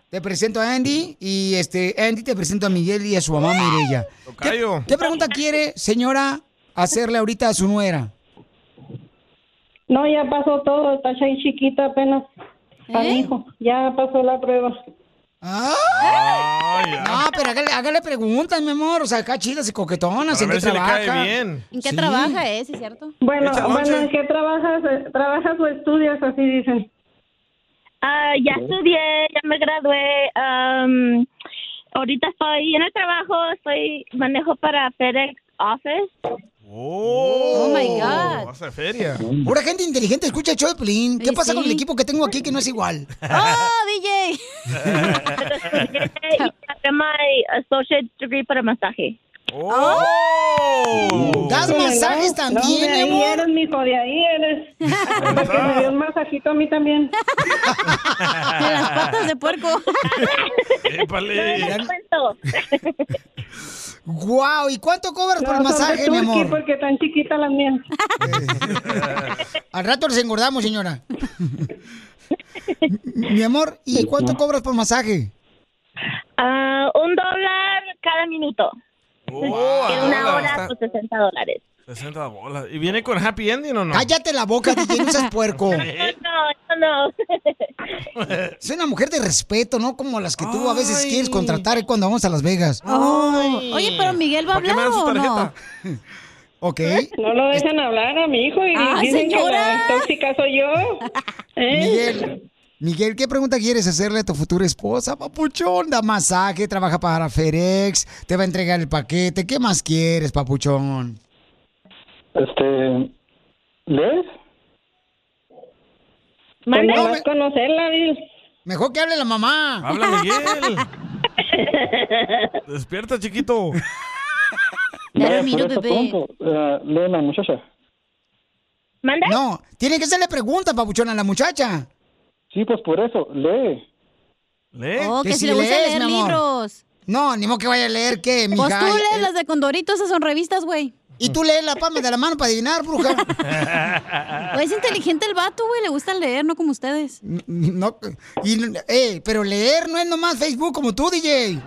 te presento a Andy y este Andy te presento a Miguel y a su ¡Ah! mamá Mireya. ¿Qué, qué pregunta quiere, señora, hacerle ahorita a su nuera? No, ya pasó todo, está ahí chiquita apenas. ¿Eh? Para mi hijo, ya pasó la prueba. No, pero hágale, hágale preguntas, mi amor. O sea, acá chidas y coquetonas, Para ¿en qué ver si le trabaja? cae bien. ¿En qué Sí. trabaja, eh? ¿Sí es cierto? Bueno, Echa lonche. bueno, ¿en qué trabajas? eh, ¿Trabajas o estudias? Así dicen. Ah, ya estudié, ya me gradué. am, ahorita estoy en el trabajo, estoy manejo para FedEx Office. Oh, Oh, my God. Vas a feria. Pura gente inteligente, escucha el show de Pelín. ¿Qué Sí, pasa sí. con el equipo que tengo aquí que no es igual? ¡Oh, DJ! y saqué mi associate degree para masaje. ¡Oh! Sí, ¿verdad? No, de ahí eres, mijo, de ahí eres. Porque me dio un masajito a mí también. De las patas de puerco. Épale. ¡Guau! ¿Y cuánto cobras por el No, son de masaje, mi Turkey, amor? porque tan chiquita la mía. Al rato les engordamos, señora. mi amor, ¿y cuánto cobras por masaje? Ah, un dólar cada minuto. a en una dólar, hora, Oh, está- pues 60 dólares. 60 bolas. ¿Y viene con happy ending o no? Cállate la boca, DJ, no seas puerco. No, no, no. Soy una mujer de respeto, ¿no? Como las que tú a veces quieres contratar cuando vamos a Las Vegas. Oh, Oye, pero Miguel va a ¿Para qué me hablar dan su o no? tarjeta? ok. No lo dejan hablar a mi hijo y Ah, dicen señora. que la tóxica soy yo. ¿Eh? Miguel, Miguel, ¿qué pregunta quieres hacerle a tu futura esposa? Papuchón, da masaje, trabaja para Ferex, te va a entregar el paquete. ¿Qué más quieres, papuchón? Este, ¿lees? Pues ¿Mande? nada más conocerla, Bill. Mejor que hable la mamá. Habla Miguel. Despierta, chiquito. Dale Vaya, un minuto, por eso bebé. pronto, eh, lee la muchacha. ¿Mande? No, tiene que hacerle preguntas, papuchón, a la muchacha. Sí, pues por eso, lee. ¿Lee? Oh, que, si le gusta leer libros. No, ni modo que vaya a leer, ¿qué, mija? Pues tú El- lees las de Condorito, esas son revistas, güey. Y tú lees la palma de la mano para adivinar, bruja. Güey, es inteligente el vato, güey, le gusta leer, no como ustedes. Pues, No, y, eh, pero leer no es nomás Facebook como tú, DJ.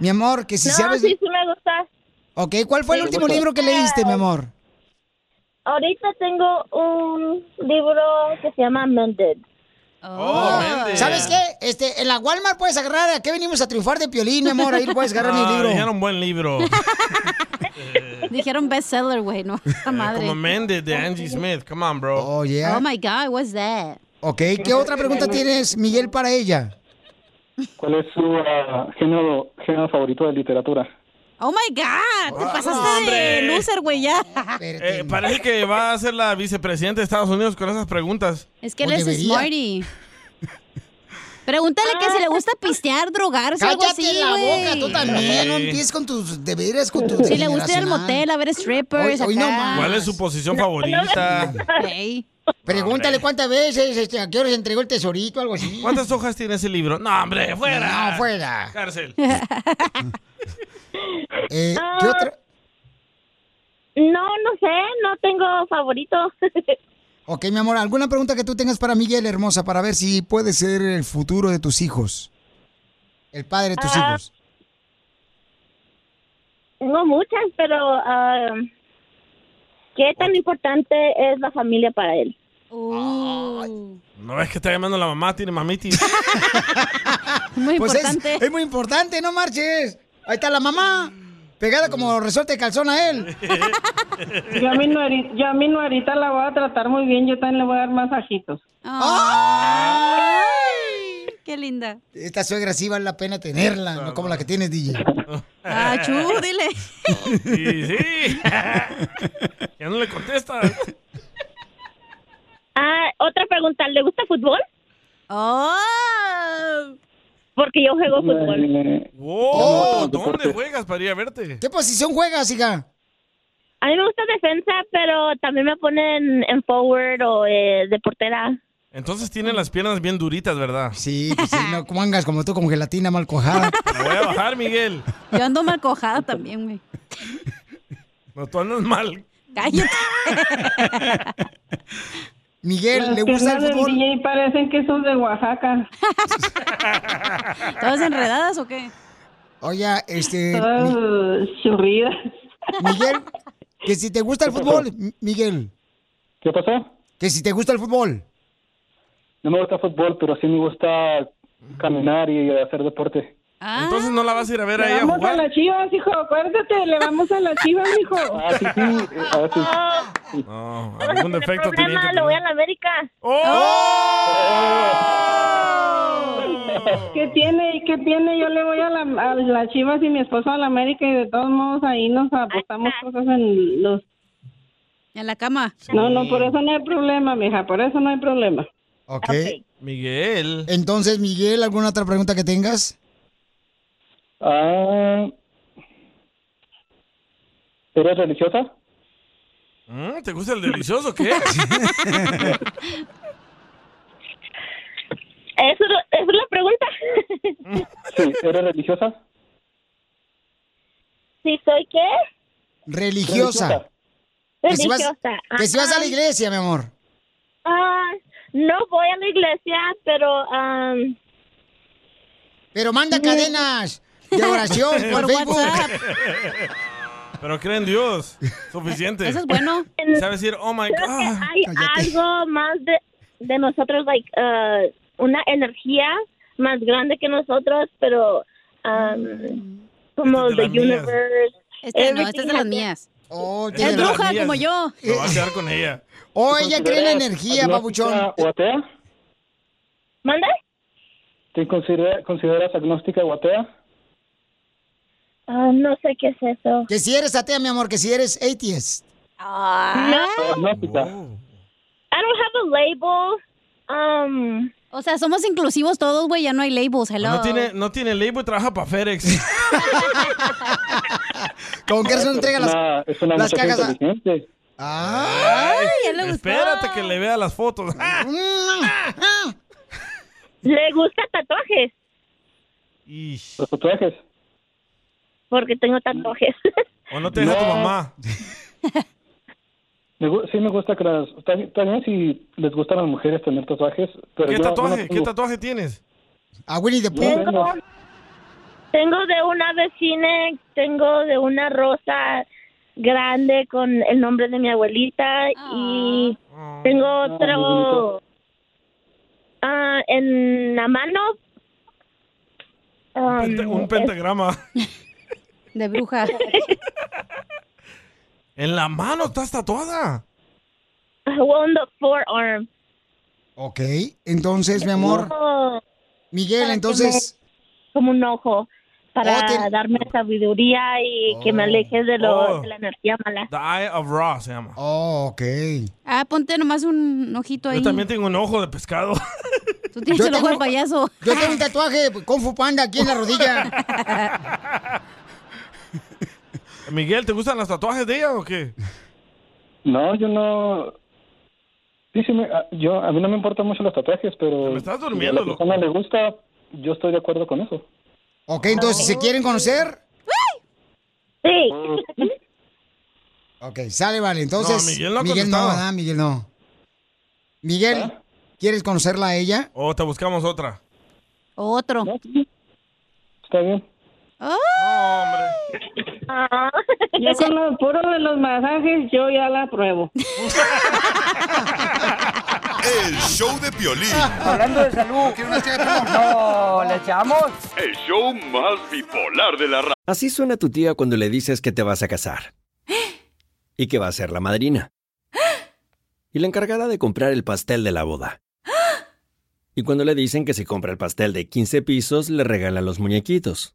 Mi amor, que si no, sabes... sí, sí me gusta. Ok, ¿cuál fue el Sí, último gusta. libro que leíste, mi amor? Ahorita tengo un libro que se llama Mended. Oh, ¿Sabes qué? Este, en la Walmart puedes agarrar a qué venimos a triunfar de piolín, mi amor. Ahí lo puedes agarrar Ah, mi libro. Dijeron buen libro. Dijeron bestseller, güey, no, la madre. Como Mende de Angie Smith. Come on, bro. Oh, Oh my God, what's that? Ok, ¿qué otra pregunta tienes, Miguel, para ella? ¿Cuál es su ah, género, género favorito de literatura? Oh my God, Ah, te pasaste de hombre. loser, güey, ya. Eh, parece que va a ser la vicepresidenta de Estados Unidos con esas preguntas. Es que O él es debería. smarty. Pregúntale que si le gusta pistear, drogarse, algo Cállate así, la güey. boca, tú también. No empieces con tus deberes, con tus. Si le gusta ir al generacional. motel a ver strippers Hoy- hoy no acá. más. ¿Cuál es su posición favorita? Ey. Pregúntale cuántas veces, este, a qué hora se entregó el tesorito, algo así. ¿Cuántas hojas tiene ese libro? No, hombre, fuera. No, fuera. Cárcel. Eh, ¿Qué otra? Ah, No, no sé, no tengo favorito. Ok, mi amor, ¿alguna pregunta que tú tengas para Miguel, hermosa, para ver si puede ser el futuro de tus hijos? El padre de tus Ah. hijos. tengo muchas, pero ah, ¿qué tan importante es la familia para él? ¿No ves que está llamando la mamá? Tiene mamitis. Muy Pues es- importante. Es, muy importante, no marches. Ahí está la mamá, pegada como resorte de calzón a él. Yo a, mi nueri- yo a mi nuerita la voy a tratar muy bien, yo también le voy a dar masajitos. Ay, qué linda. Esta suegra sí vale la pena tenerla, no como la que tienes, DJ. Ah, chú, dile. Y sí. Ya no le contesta. Ah, otra preguntar, ¿le gusta fútbol? Porque yo juego fútbol. ¡Wow! ¿Dónde juegas para ir a verte? Oh. ¿Qué posición juegas, hija? A mí me gusta defensa, pero también me ponen en forward o eh, de portera. Entonces tienen las piernas bien duritas, ¿verdad? Sí, pues sí, no mangas como tú, con gelatina mal cojada. Me voy a bajar, Miguel. Yo ando mal cojada también, güey. No, tú andas mal. Cállate. Miguel, ¿le Las gusta el piernas del fútbol? DJ parecen que son de Oaxaca. ¿Todas enredadas o qué? Oye, este... Todas churridas. Miguel, que si te gusta el ¿Qué fútbol, pasó? M- Miguel. ¿Qué pasó? Que si te gusta el fútbol. No me gusta fútbol, pero sí me gusta caminar y hacer deporte. Entonces no la vas a ir a ver Ah. Le ahí a vamos a jugar. las chivas, hijo, acuérdate, le vamos a las chivas, hijo. eh, No, algún defecto tenía Problema, que lo voy a tener. la América. ¡Oh! ¿Qué tiene? ¿Qué tiene? Yo le voy a, la, a las chivas y mi esposo a la América y de todos modos ahí nos apostamos cosas en los... En la cama. No, no, por eso no hay problema, mija, por eso no hay problema. Ok. Miguel. Entonces, Miguel, ¿alguna otra pregunta que tengas? Ah, ¿Eres religiosa? Mm, ¿Te gusta el delicioso o qué? Eso, esa es la pregunta. Sí, ¿eres religiosa? ¿Sí soy qué? Religiosa. Que si vas- Religiosa. Que si vas a Ajá. la iglesia, mi amor. Ah, no voy a la iglesia, pero... ah, am, Pero manda cadenas de oración por Por Facebook. Pero cree en Dios. Suficiente. Eso es bueno. Y Sabes decir, oh my creo que God. hay algo más de, de nosotros, like, uh, una energía más grande que nosotros, pero um, como Mm. Esta the es de las mías. Esta universe. no, esta es de las everything mías. Esta es de las bruja mías. como yo. Me va a quedar con ella. Oh, ¿Te ella cree en la consideras energía, agnóstica papuchón. ¿O atea? ¿Manda? ¿Te considera- consideras agnóstica o atea? Ah, no sé qué es eso. Que si eres atea, mi amor, que si eres atheist. No, Agnóstica. Ah, I don't have a label. Um, O sea, somos inclusivos todos, güey. Ya no hay labels. Hello. No tiene, no tiene label y trabaja para FedEx. ¿Con qué razón entrega entrega las- es una las muchacha cajas a- inteligente. Ay, espérate que le vea las fotos. Mm. ¿Le gusta tatuajes? Los tatuajes. Porque tengo tatuajes. O no te deja tu No. mamá. Me gu- sí me gusta que las... También, también si les gustan las mujeres tener tatuajes. Pero ¿Qué yo- yo no tatuaje? ¿Qué tengo. tatuaje tienes? A Ah, Winnie the Pooh. Tengo, tengo de una vecina, tengo de una rosa grande con el nombre de mi abuelita y tengo Ah, otro ah, en la mano. Ah, Pente- un pentagrama. De bruja. En la mano estás tatuada. on the forearm. Ok, entonces, mi amor, Oh, Miguel, para que entonces... me- como un ojo para Oh, tiene- darme sabiduría y que me aleje de, lo, Oh. de la energía mala. The Eye of Ra se llama. Oh, ok. Ah, ponte nomás un ojito ahí. Yo también tengo un ojo de pescado. Tú tienes Yo el ojo tengo- de payaso. Yo tengo un tatuaje con Fu Panda aquí en la rodilla. Miguel, ¿te gustan los tatuajes de ella o qué? No, yo no... Sí, sí me- a- yo, a mí no me importan mucho los tatuajes, pero... Me estás Si durmiendo, a la persona le gusta, yo estoy de acuerdo con eso. Ok, entonces, si se quieren conocer... Sí. Ok, sale, vale. Entonces, No, Miguel no ha Miguel no, contestado. ¿Ah? ¿verdad? Miguel no. Miguel, ¿quieres conocerla a ella? O te buscamos otra. Otro. Está bien. Yo con lo puro de los masajes, yo ya la pruebo. El show de Piolín. Hablando de salud. ¿Quiere una chela de pilón? No, ¿le echamos? El show más bipolar de la radio. Así suena tu tía cuando le dices que te vas a casar. Y que va a ser la madrina. Y la encargada de comprar el pastel de la boda. Y cuando le dicen que si compra el pastel de 15 pisos, le regalan los muñequitos.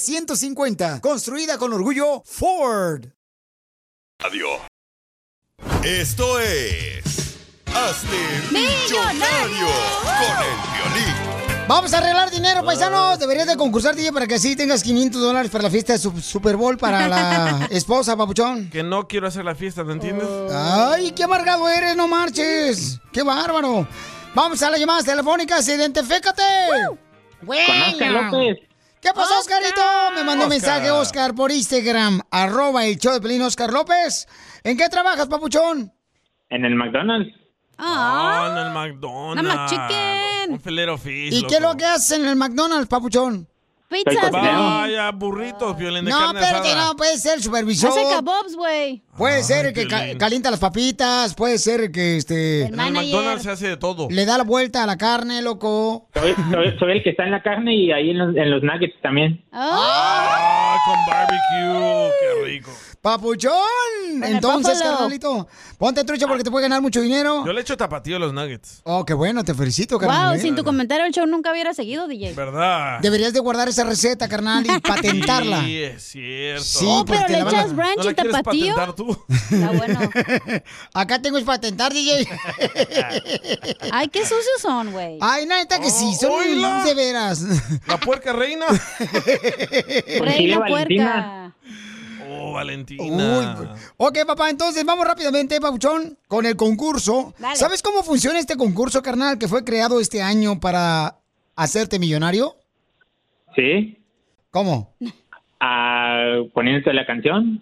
construida con orgullo Ford. Adiós. Esto es. Hazte Millonario. millonario con el violín. Vamos a arreglar dinero, paisanos. Deberías de concursar, DJ, para que así tengas 500 dólares para la fiesta de su- Super Bowl para la esposa, papuchón. Que no quiero hacer la fiesta, ¿te entiendes? Ay, qué amargado eres, no marches. Qué bárbaro. Vamos a las llamadas telefónicas, identifícate. Con Bueno. Oscar López. ¿Qué pasó, Oscarito? Me mandó un Oscar. mensaje Oscar por Instagram, arroba el show de Pelín Oscar López. ¿En qué trabajas, papuchón? En el McDonald's. Ah, en el McDonald's. Nada más chicken. Un filero fish. ¿Y qué es lo que haces en el McDonald's, papuchón? Vaya, burritos, violen de No, carne pero asada. Ah, no, puede ser el supervisor. Hace kebabs, güey. Puede ser el que ca- calienta las papitas, puede ser el que este En el McDonald's se hace de todo. Oh. le da la vuelta a la carne, loco. Soy, soy- soy el que está en la carne y ahí en los, en los nuggets también. Oh. Ah, con barbecue, qué rico. Papuchón. el Entonces, buffalo. carnalito, ponte trucha porque te puede ganar mucho dinero. Yo le echo tapatío a los nuggets. Oh, qué bueno, te felicito, carnal. Wow, ¿eh? sin tu comentario el show nunca hubiera seguido, DJ. ¿Verdad? Deberías de guardar esa receta, carnal, y patentarla. Sí, es cierto. Sí, Oh, pero porque le la van a- echas ranch ¿No la y quieres tapatío? patentar tú? Acá tengo es patentar, DJ. Ay, qué sucios son, güey. Ay, neta que sí, son oíla. de veras. ¿La puerca reina? Pues Reina puerca. Oh, Valentina. Ok, papá, entonces vamos rápidamente, Pabuchón, con el concurso. Dale. ¿Sabes cómo funciona este concurso, carnal, que fue creado este año para hacerte millonario? ¿Sí? ¿Cómo? Ah, poniéndote la canción.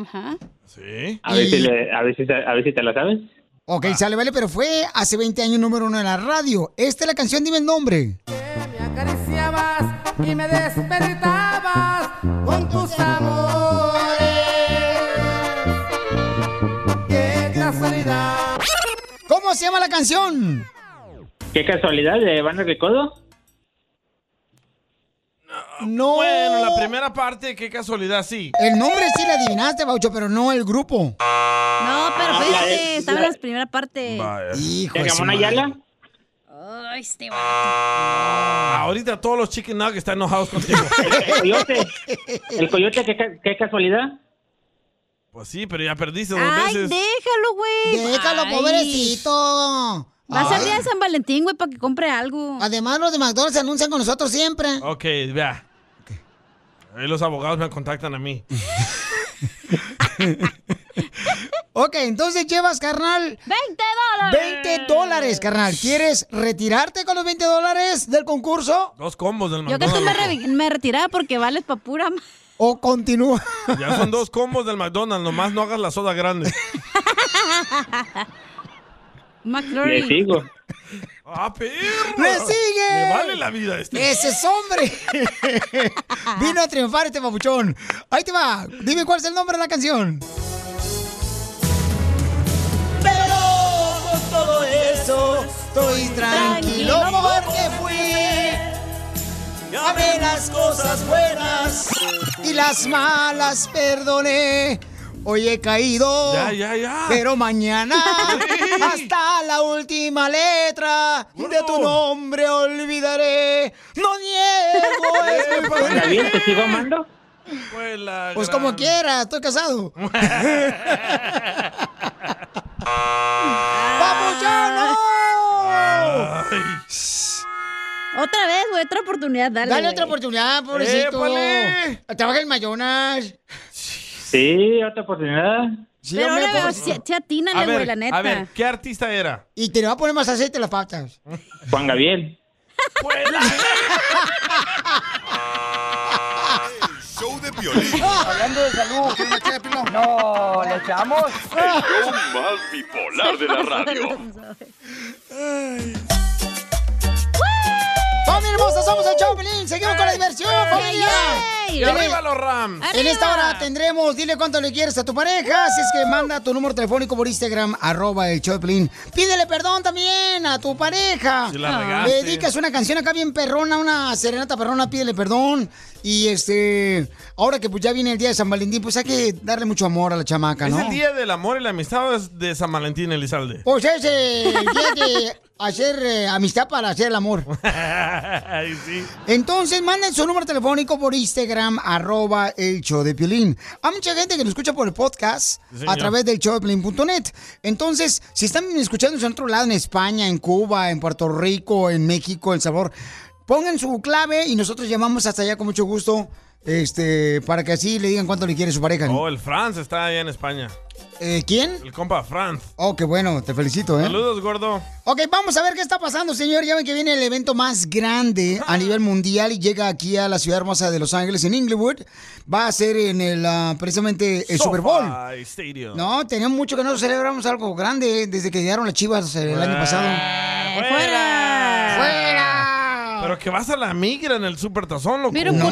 Ajá. Sí. A ver, si le- a, ver si, te- a ver si te la sabes. Ok, sale, vale, pero fue hace 20 años número uno en la radio. Esta es la canción, dime el nombre. y me despertabas con tus amores. Qué casualidad. ¿Cómo se llama la canción? ¿Qué casualidad de Banda de Codo? No. Bueno, la primera parte, qué casualidad, sí. El nombre sí la adivinaste, Baucho, pero no el grupo. No, pero Ah, la- espérate, estaba en la- la primera parte. Hijo ¿De de su Ramón madre. Ayala? Ay, este Ah, ahorita todos los chicken nuggets están enojados contigo. ¿El coyote? ¿El coyote qué, ca- qué casualidad? Pues sí, pero ya perdiste dos Ay, veces. déjalo, güey. Déjalo, Ay. pobrecito. Va a ser Ay. día de San Valentín, güey, para que compre algo. Además, los de McDonald's se anuncian con nosotros siempre. Ok, vea. Ahí los abogados me contactan a mí. Ok, entonces llevas, carnal. 20 dólares. 20 dólares, carnal. ¿Quieres retirarte con los 20 dólares del concurso? Dos combos del Yo que tú me, McDonald's. re- me retiraba porque vales pa' pura. ma- O continúa. Ya son dos combos del McDonald's, nomás no hagas la soda grande. McFlurry. ¡Ah, perro! ¡Le sigue! Eh. ¡Le vale la vida este! ¡Ese es hombre! Vino a triunfar este papuchón. Ahí te va. Dime cuál es el nombre de la canción. Pero con todo eso estoy tranquilo porque fui. Ya ve las cosas buenas. Y las malas perdoné. Hoy he caído. Ya, ya, ya. Pero mañana, hasta la última letra de tu nombre olvidaré. No niego. es mi fuerza. ¿Está bien? ¿Te sigo amando? Pues como quiera, estoy casado. otra vez, güey, otra oportunidad, dale. Dale güey. otra oportunidad, pobrecito. ¡Épale! Trabaja en Mayonas. Sí, otra oportunidad. Pero hombre, pues, ahora veo, por- si, si atínale, A güey, ver, la neta. a ver, ¿qué artista era? Y te le va a poner más aceite a las patas. Juan Gabriel. Show de violín. Hablando de salud, ¿quieres una chela de pilón? No, ¿le echamos? El show más bipolar de la radio. ¡Familia hermosa! ¡Somos el Choplin! ¡Seguimos con la diversión, ¡Ey, familia! ey! ¡Y arriba los Rams! En ¡Arriba! esta hora tendremos Dile cuánto le quieres a tu pareja. Así es que manda tu número telefónico por Instagram, arroba el Choplin. Pídele perdón también a tu pareja. Si la Ah. regaste. Le dedicas una canción acá bien perrona, una serenata perrona, pídele perdón. Y este, ahora que pues ya viene el día de San Valentín, pues hay que darle mucho amor a la chamaca, ¿Ah, ¿no? Es el día del amor y la amistad de San Valentín Elizalde. Pues es eh, el día de hacer eh, amistad para hacer el amor. Ay, sí. Entonces, manden su número telefónico por Instagram, arroba el show de Piolín. Hay mucha gente que nos escucha por el podcast Sí, señor. a través del show de Piolín.net. Entonces, si están escuchándonos en otro lado, en España, en Cuba, en Puerto Rico, en México, en Sabor, pongan su clave y nosotros llamamos hasta allá con mucho gusto este, para que así le digan cuánto le quiere su pareja. Oh, el Franz está allá en España. Eh, ¿Quién? El compa Franz. Oh, qué bueno, te felicito, ¿eh? Saludos, gordo. Ok, vamos a ver qué está pasando, señor. Ya ven que viene el evento más grande a nivel mundial y llega aquí a la ciudad hermosa de Los Ángeles, en Inglewood. Va a ser en el, ah, precisamente, el Super Bowl. SoFi Stadium. No, tenemos mucho que no celebramos algo grande desde que llegaron las chivas eh, el año pasado. ¡Fuera! ¡Fuera! Pero que vas a la migra en el Super Tazón, loco. No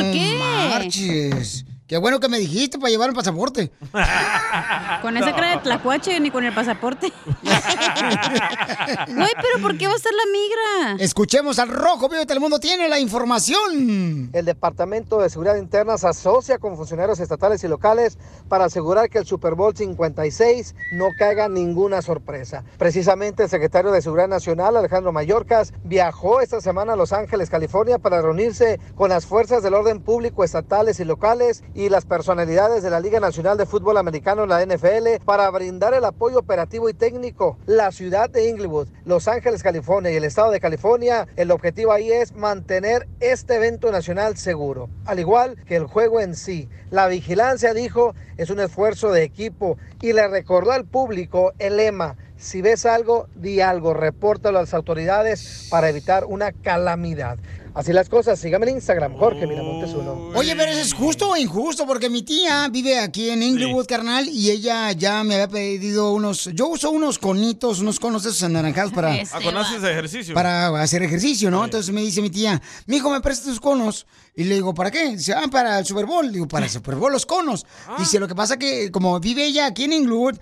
marches. Qué bueno que me dijiste para llevar el pasaporte. Con esa cara de tlacuache ni con el pasaporte. Güey, pero ¿por qué va a estar la migra? Escuchemos al Rojo Vivo de Telemundo, tiene la información. El Departamento de Seguridad Interna se asocia con funcionarios estatales y locales para asegurar que el Super Bowl 56 no caiga ninguna sorpresa. Precisamente el secretario de Seguridad Nacional, Alejandro Mayorkas, viajó esta semana a Los Ángeles, California, para reunirse con las fuerzas del orden público estatales y locales y las personalidades de la Liga Nacional de Fútbol Americano, la NFL, para brindar el apoyo operativo y técnico. La ciudad de Inglewood, Los Ángeles, California y el estado de California, el objetivo ahí es mantener este evento nacional seguro, al igual que el juego en sí. La vigilancia, dijo, es un esfuerzo de equipo y le recordó al público el lema. Si ves algo, di algo, repórtalo a las autoridades para evitar una calamidad. Así las cosas, sígame en Instagram, Jorge Miramontes uno. Oye, pero eso es justo o injusto, porque mi tía vive aquí en Inglewood, carnal, y ella ya me había pedido unos. Yo uso unos conitos, unos conos de esos anaranjados para. Este, Ah, ¿conoces de ejercicio? Para hacer ejercicio, ¿no? Entonces me dice mi tía, mi hijo, me presta tus conos. Y le digo, ¿para qué? Dice, ah, para el Super Bowl. Digo, para el Super Bowl, los conos. Dice, lo que pasa que como vive ella aquí en Inglewood,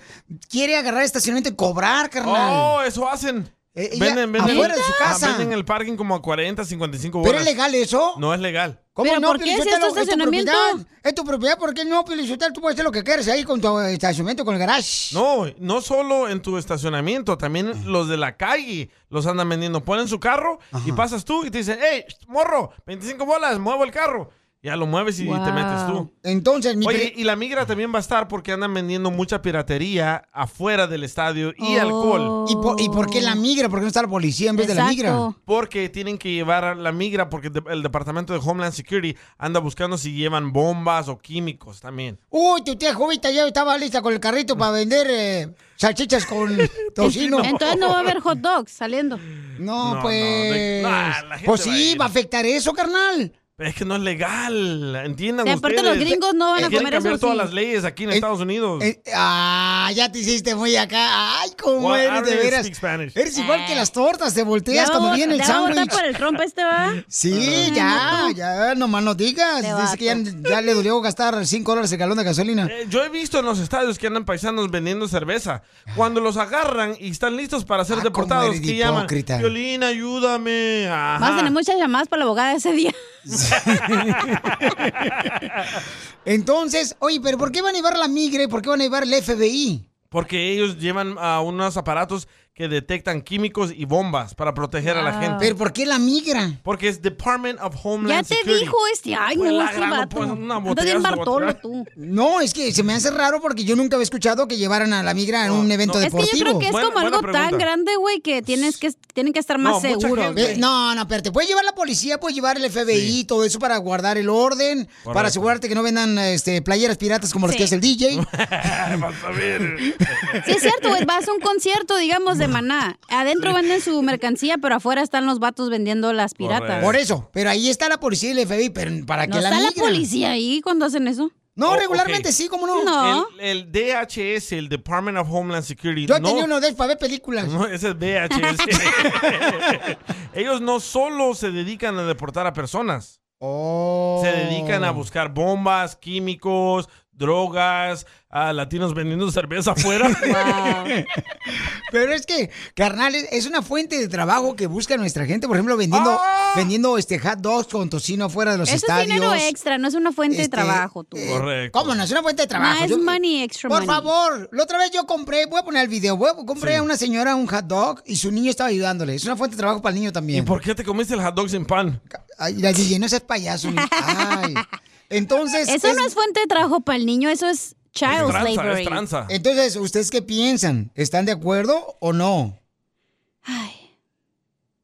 quiere agarrar estacionamiento y cobrar, carnal. Oh, eso hacen. Eh, ella venden, venden. afuera de su Ah, casa. venden en el parking como a 40, 55 horas. ¿Pero es legal eso? No es legal. no, Pielichotelo? propiedad. Es tu propiedad, ¿por qué no, Pelichotel? Tú puedes hacer lo que quieres ahí con tu eh, estacionamiento, con el garage. No, no solo en tu estacionamiento, también los de la calle los andan vendiendo. Ponen su carro y pasas tú y te dicen, hey, morro, 25 bolas, muevo el carro. Ya lo mueves y te metes tú. Entonces, mi Oye, pri- y la migra también va a estar porque andan vendiendo mucha piratería afuera del estadio y Oh. alcohol. ¿Y por, y por qué la migra? ¿Por qué no está la policía en vez de la migra? Porque tienen que llevar a la migra porque de- el Departamento de Homeland Security anda buscando si llevan bombas o químicos también. Uy, tu tía Jovita ya estaba lista con el carrito para vender eh, salchichas con tocino. Entonces no va a haber hot dogs saliendo. No, no, pues. de- nah, la gente pues va a sí, va a afectar eso, carnal. Es que no es legal, entiendan Y ustedes. aparte los gringos no van a Quieren comer cambiar eso, todas sí. las leyes aquí en Estados Unidos. Eh, ah, ya te hiciste muy acá. Ay, cómo Well, I eres de already veras. speak Spanish. Eres igual que las tortas, te Eh. Ya volteas va cuando a- viene el ya va a votar sándwich. por el trompa este va. Sí, Ah, ya, no. ya, nomás no digas. Te Dice que ya, ya le dolió gastar 5 dólares el galón de gasolina. Eh, Yo he visto en los estadios que andan paisanos vendiendo cerveza. Cuando los agarran y están listos para ser deportados, Ah, eres que de llaman? hipócrita. Violín, ayúdame. eh, Ajá. Vas a tener muchas llamadas para la abogada ese día. Entonces, oye, pero ¿por qué van a llevar la migre? ¿Por qué van a llevar el FBI? Porque ellos llevan a unos aparatos que detectan químicos y bombas para proteger a la Wow. gente. ¿Pero por qué la migra? Porque es Department of Ya Homeland te Security. dijo este año, Pues la este gran, vato. pues, una Está bien botellazo, Bartolo, botellazo. tú. No, es que se me hace raro porque yo nunca había escuchado que llevaran a la migra en un evento Es que deportivo. yo creo que es como algo tan grande, güey, que tienes que tienen que estar más seguros. Ve- No, no, espérate. Puedes llevar la policía, puedes llevar el FBI, todo eso para guardar el orden, para Correcto. asegurarte que no vendan este, playeras piratas como las que hace el DJ. Vas a ver. Sí, es cierto, güey. Vas a un concierto, digamos, de maná. Adentro venden su mercancía, pero afuera están los vatos vendiendo las piratas. Por eso, pero ahí está la policía y el FBI, pero ¿para qué ¿No la está la migra? policía ahí cuando hacen eso? No, Oh, regularmente ok. sí, ¿cómo no? El, el DHS, el Department of Homeland Security. Yo no- tenía uno de ellos para ver películas. No, ese es VHS. Ellos no solo se dedican a deportar a personas. Oh. Se dedican a buscar bombas, químicos, drogas, a latinos vendiendo cerveza afuera. Pero es que, carnal, es- es una fuente de trabajo que busca nuestra gente. Por ejemplo, vendiendo, vendiendo este hot dogs con tocino afuera de los ¡Ah! Eso estadios. Este, Eh, es dinero extra, no es una fuente de trabajo, tú. Correcto. ¿Cómo no? Es una fuente de trabajo. No, es Yo- money extra Por money. favor, la otra vez yo compré, voy a poner el video, voy a- compré a una señora un hot dog y su niño estaba ayudándole. Es una fuente de trabajo para el niño ¿Y también. por qué te comiste el hot dog sin pan? Ay, la DJ, no seas payaso. ni- Ay. Entonces... Eso no es fuente de trabajo para el niño, eso es child slavery. Entonces, ¿ustedes qué piensan? ¿Están de acuerdo o no?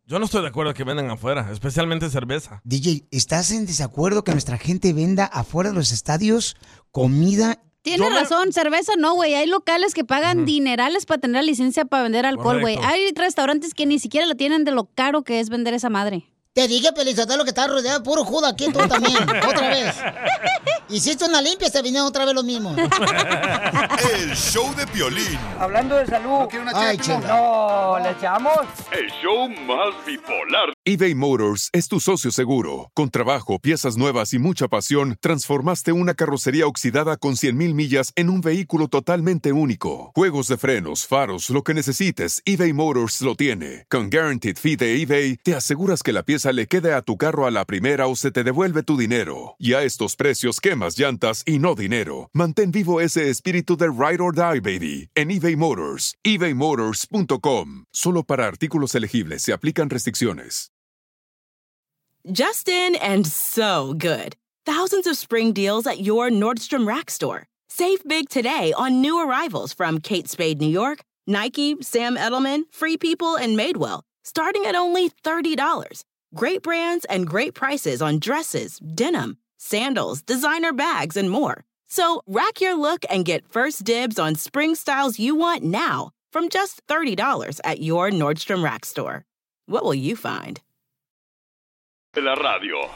Yo no estoy de acuerdo que vendan afuera, especialmente cerveza. DJ, ¿estás en desacuerdo que nuestra gente venda afuera de los estadios comida? Tienes razón, cerveza no, güey. Hay locales que pagan dinerales para tener la licencia para vender alcohol, güey. Correcto. Hay restaurantes que ni siquiera la tienen de lo caro que es vender esa madre. Te dije, lo que está rodeado de puro juda aquí, tú también. otra vez. Hiciste una limpia, se vinieron otra vez los mismos. El show de Piolín. Hablando de salud. ¿No quiere una Ay, chela, Piolín? chela. No, ¿le echamos? El show más bipolar eBay Motors es tu socio seguro. Con trabajo, piezas nuevas y mucha pasión, transformaste una carrocería oxidada con 100.000 millas en un vehículo totalmente único. Juegos de frenos, faros, lo que necesites, eBay Motors lo tiene. Con Guaranteed Fee de eBay, te aseguras que la pieza le quede a tu carro a la primera o se te devuelve tu dinero. Y a estos precios, quemas llantas y no dinero. Mantén vivo e-. ese espíritu de Ride or Die, baby, en eBay Motors. ebaymotors.com. Solo para artículos elegibles se aplican restricciones. Justin and so good. Thousands of spring deals at your Nordstrom Rack store. Save big today on new arrivals from Kate Spade New York, Nike, Sam Edelman, Free People, and Madewell, starting at only $30. Great brands and great prices on dresses, denim, sandals, designer bags, and more. So rack your look and get first dibs on spring styles you want now from just $30 at your Nordstrom Rack store. What will you find? de la radio.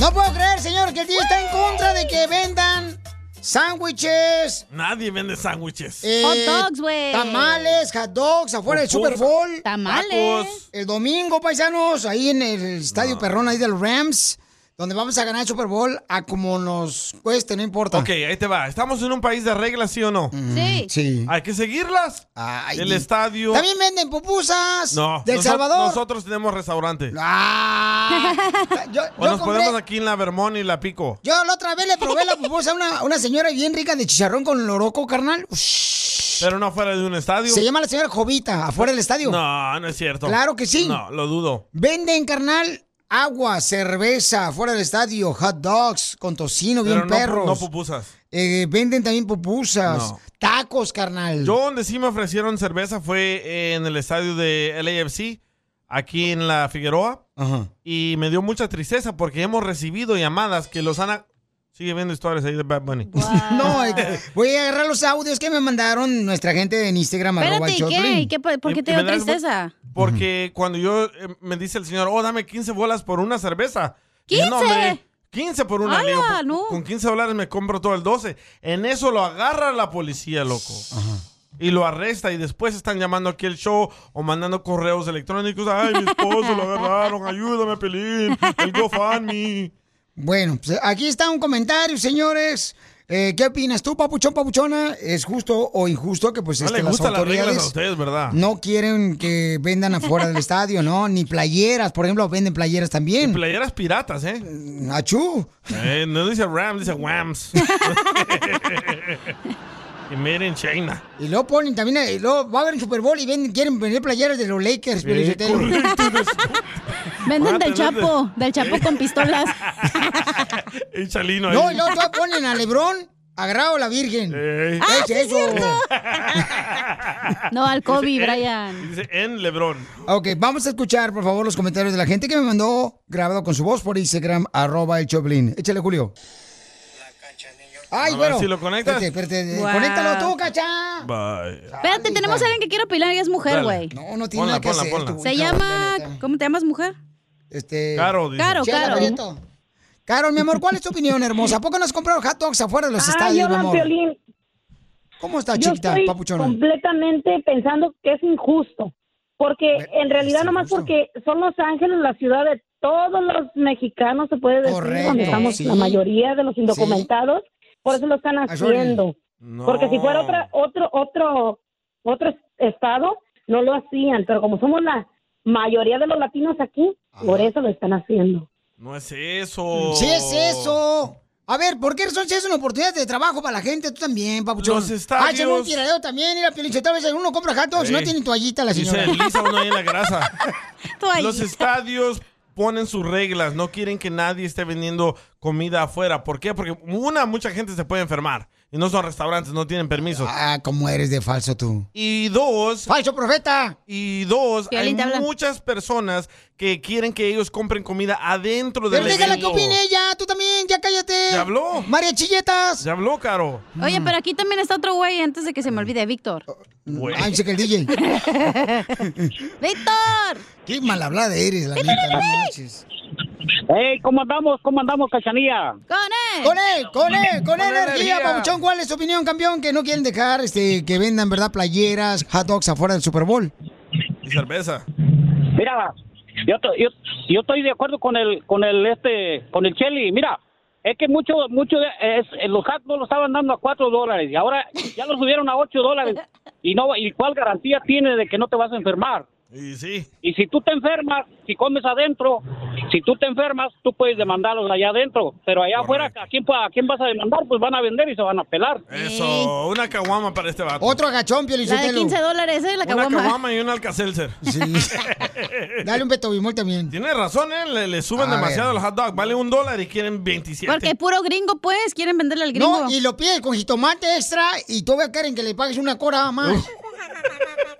No puedo creer, señor, que el tío está en contra de que vendan sándwiches. Nadie vende sándwiches. eh, Tamales, hot dogs, afuera del Popcorn. Super Bowl. Tamales. Tacos. El domingo, paisanos, ahí en el estadio perrón, ahí del Rams, donde vamos a ganar el Super Bowl a como nos cueste, no importa. Ok, ahí te va. ¿Estamos en un país de reglas, sí o no? Sí. Mm, Sí. Hay que seguirlas. el di- estadio. También venden pupusas No. pues, del noso- Salvador. Nosotros tenemos restaurante. Ah, yo, o yo nos compré- ponemos aquí en la Vermont y la Pico. yo la otra vez le probé la pupusa a una, una señora bien rica de chicharrón con loroco, carnal. Pero no afuera de un estadio. Se llama la señora Jovita, afuera del estadio. No, no es cierto. Claro que sí. No, lo dudo. Venden, carnal, agua, cerveza, afuera del estadio, hot dogs, con tocino, Pero bien no, perros. no pupusas. Eh, venden también pupusas, No. tacos, carnal. Yo donde sí me ofrecieron cerveza fue en el estadio de LAFC, aquí en la Figueroa. Y me dio mucha tristeza porque hemos recibido llamadas que los han... a- Sigue viendo historias ahí de Bad Bunny. No, eh, voy a agarrar los audios que me mandaron nuestra gente en Instagram. arroba Espérate, el ¿y show de qué? Piolín. ¿Y qué? ¿Por por Y- qué te y Eh, me dio das- tristeza? Porque cuando yo eh, me dice el señor, oh, dame 15 bolas por una cerveza. Dije, "No, ¡15! hombre, 15 por una, ¡Hala, le digo, "Con- no! Con 15 dólares me compro todo el 12. En eso lo agarra la policía, loco. Y lo arresta y después están llamando aquí el show o mandando correos electrónicos. Ay, mi esposo lo agarraron, ayúdame, Pelín, el GoFundMe. Bueno, pues aquí está un comentario, señores. Eh, ¿Qué opinas tú, papuchón, papuchona? ¿Es justo o injusto que pues No este, le gustan las las reglas autoridades Mm. a ustedes, ¿verdad? no quieren que vendan afuera del estadio, no? Ni playeras, por ejemplo, venden playeras también. Playeras piratas, ¿eh? Achú. Eh, No dice Rams, dice Whams. Y made in China. Y luego ponen también, eh, luego va a haber el Super Bowl y venden, quieren vender playeras de los Lakers, pero Eh, yo te- Venden Van a del tener de- Chapo, del Chapo con pistolas. Y Chalino ahí. No, y luego todavía ponen a Lebrón agarrado a la Virgen. Ah, sí, es cierto. No, al Kobe, Brian. Dice en Lebrón. Ok, vamos a escuchar, por favor, los comentarios de la gente que me mandó grabado con su voz por Instagram, arroba el Choplin. Échale, Julio. Ay, A ver bueno. si lo conectas. Espérate, espérate. eh, Guau. Conéctalo tú, cacha. Bye. Espérate, tenemos a alguien que quiere opinar y es mujer, Dale. güey. No, no tiene Ponla, nada que ponla, hacer, ponla. tu Se hija, llama... ¿Cómo te llamas, mujer? Este. Caro, dice. Caro, Chela Caro. Prieto. Caro, mi amor, ¿cuál es tu opinión, hermosa? ¿A poco no has comprado hot dogs afuera de los Ay, estadios, mi hola, amor? Piolín. ¿Cómo está, Yo chiquita, estoy papuchona? completamente pensando que es injusto, porque en realidad nomás porque son Los Ángeles la ciudad de todos los mexicanos, se puede decir, donde estamos sí. la mayoría de los indocumentados, por eso lo están sorry. haciendo. No. Porque si fuera otra, otro, otro, otro es- estado, no lo hacían, pero como somos la mayoría de los latinos aquí, por eso lo están haciendo. No es eso. Sí es eso. A ver, ¿por qué razón si es una oportunidad de trabajo para la gente? Tú también, papuchón. Los estadios. Hacen un tiradeo también, y la tal vez uno compra hot dogs, Sí. no tiene toallita la Y se señora. desliza uno ahí en la grasa. Toallita. Los estadios ponen sus reglas, no quieren que nadie esté vendiendo comida afuera. ¿Por qué? Porque una, mucha gente se puede enfermar y no son restaurantes, no tienen permiso. Ah, cómo eres de falso tú. Y dos... Falso profeta. Y dos, Violín, te hay hablan. muchas personas que quieren que ellos compren comida adentro del Pero déjala que evento. opine ella, tú también, ya cállate. Ya habló. María Chilletas. Ya Oh. habló, Caro. Oye, pero aquí también está otro güey antes de que se me olvide, Víctor. Oh. Güey. Mm, Ay, sé que el DJ. ¡Víctor! Qué mal hablada eres, la neta, no manches. ¡Ey! ¿Cómo andamos? ¿Cómo andamos, Cachanilla? ¡Con él! ¡Con él! ¡Con él! ¡Con, Con energía, energía. papuchón! ¿Cuál es tu opinión, campeón? Que no quieren dejar este, que vendan, ¿verdad? Playeras, hot dogs afuera del Super Bowl. Y cerveza. Mira, yo, to- yo, yo estoy de acuerdo con el, con el, este, con el Cheli. Mira, es que mucho, mucho, de- es, eh, los hot dogs los estaban dando a cuatro dólares y ahora ya los subieron a ocho dólares. Y no, ¿y cuál garantía tiene de que no te vas a enfermar? Y sí. Y si tú te enfermas, si comes adentro, si tú te enfermas, tú puedes demandarlos allá adentro. Pero allá afuera, ¿a quién, pa- ¿a quién vas a demandar? Pues van a vender y se van a pelar. Eso, una caguama para este vato. Otro agachón, La de 15 dólares, ¿eh? La Una caguama. caguama y un alcacelser. Dale un betobimol también. Tiene razón, ¿eh? Le, le suben A demasiado el hot dog. Vale un dólar y quieren 27. Porque puro gringo, pues, quieren venderle al gringo. No, y lo pide con jitomate extra y tú vas a Karen que le pagues una cora más.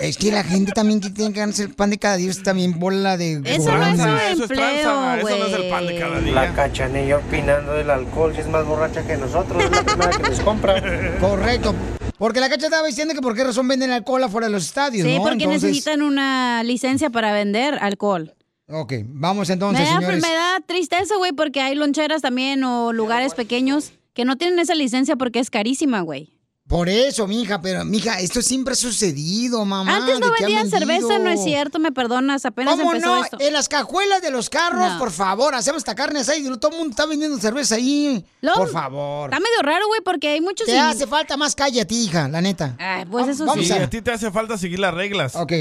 Es que la gente también que tiene que ganarse el pan de cada día es también bola de... Eso no es gorrones. Eso es empleo, tranza, eso no es el pan de cada día. La cachanilla opinando del alcohol, que es más borracha que nosotros, es la primera que les compra. Correcto. Porque la cacha estaba diciendo que por qué razón venden alcohol afuera de los estadios, Sí, pues, ¿no? porque Entonces- necesitan una licencia para vender alcohol. Ok, vamos Me entonces, da, pues, señores. me da tristeza, güey, porque hay loncheras también o lugares pequeños que no tienen esa licencia porque es carísima, güey. Por eso, mija, pero mija, esto siempre ha sucedido, mamá. Antes no de que han vendían cerveza, vendido. no es cierto, me perdonas, apenas ¿Cómo empezó no? esto. En las cajuelas de los carros, No. por favor, hacemos esta carne asada y todo el mundo está vendiendo cerveza ahí. Lo- por favor. Está medio raro, güey, porque hay muchos... Te in- hace falta más calle a ti, hija, la neta. Ay, pues eso ¡Oh! Vamos Sí, a- a ti te hace falta seguir las reglas. Ah, Ok.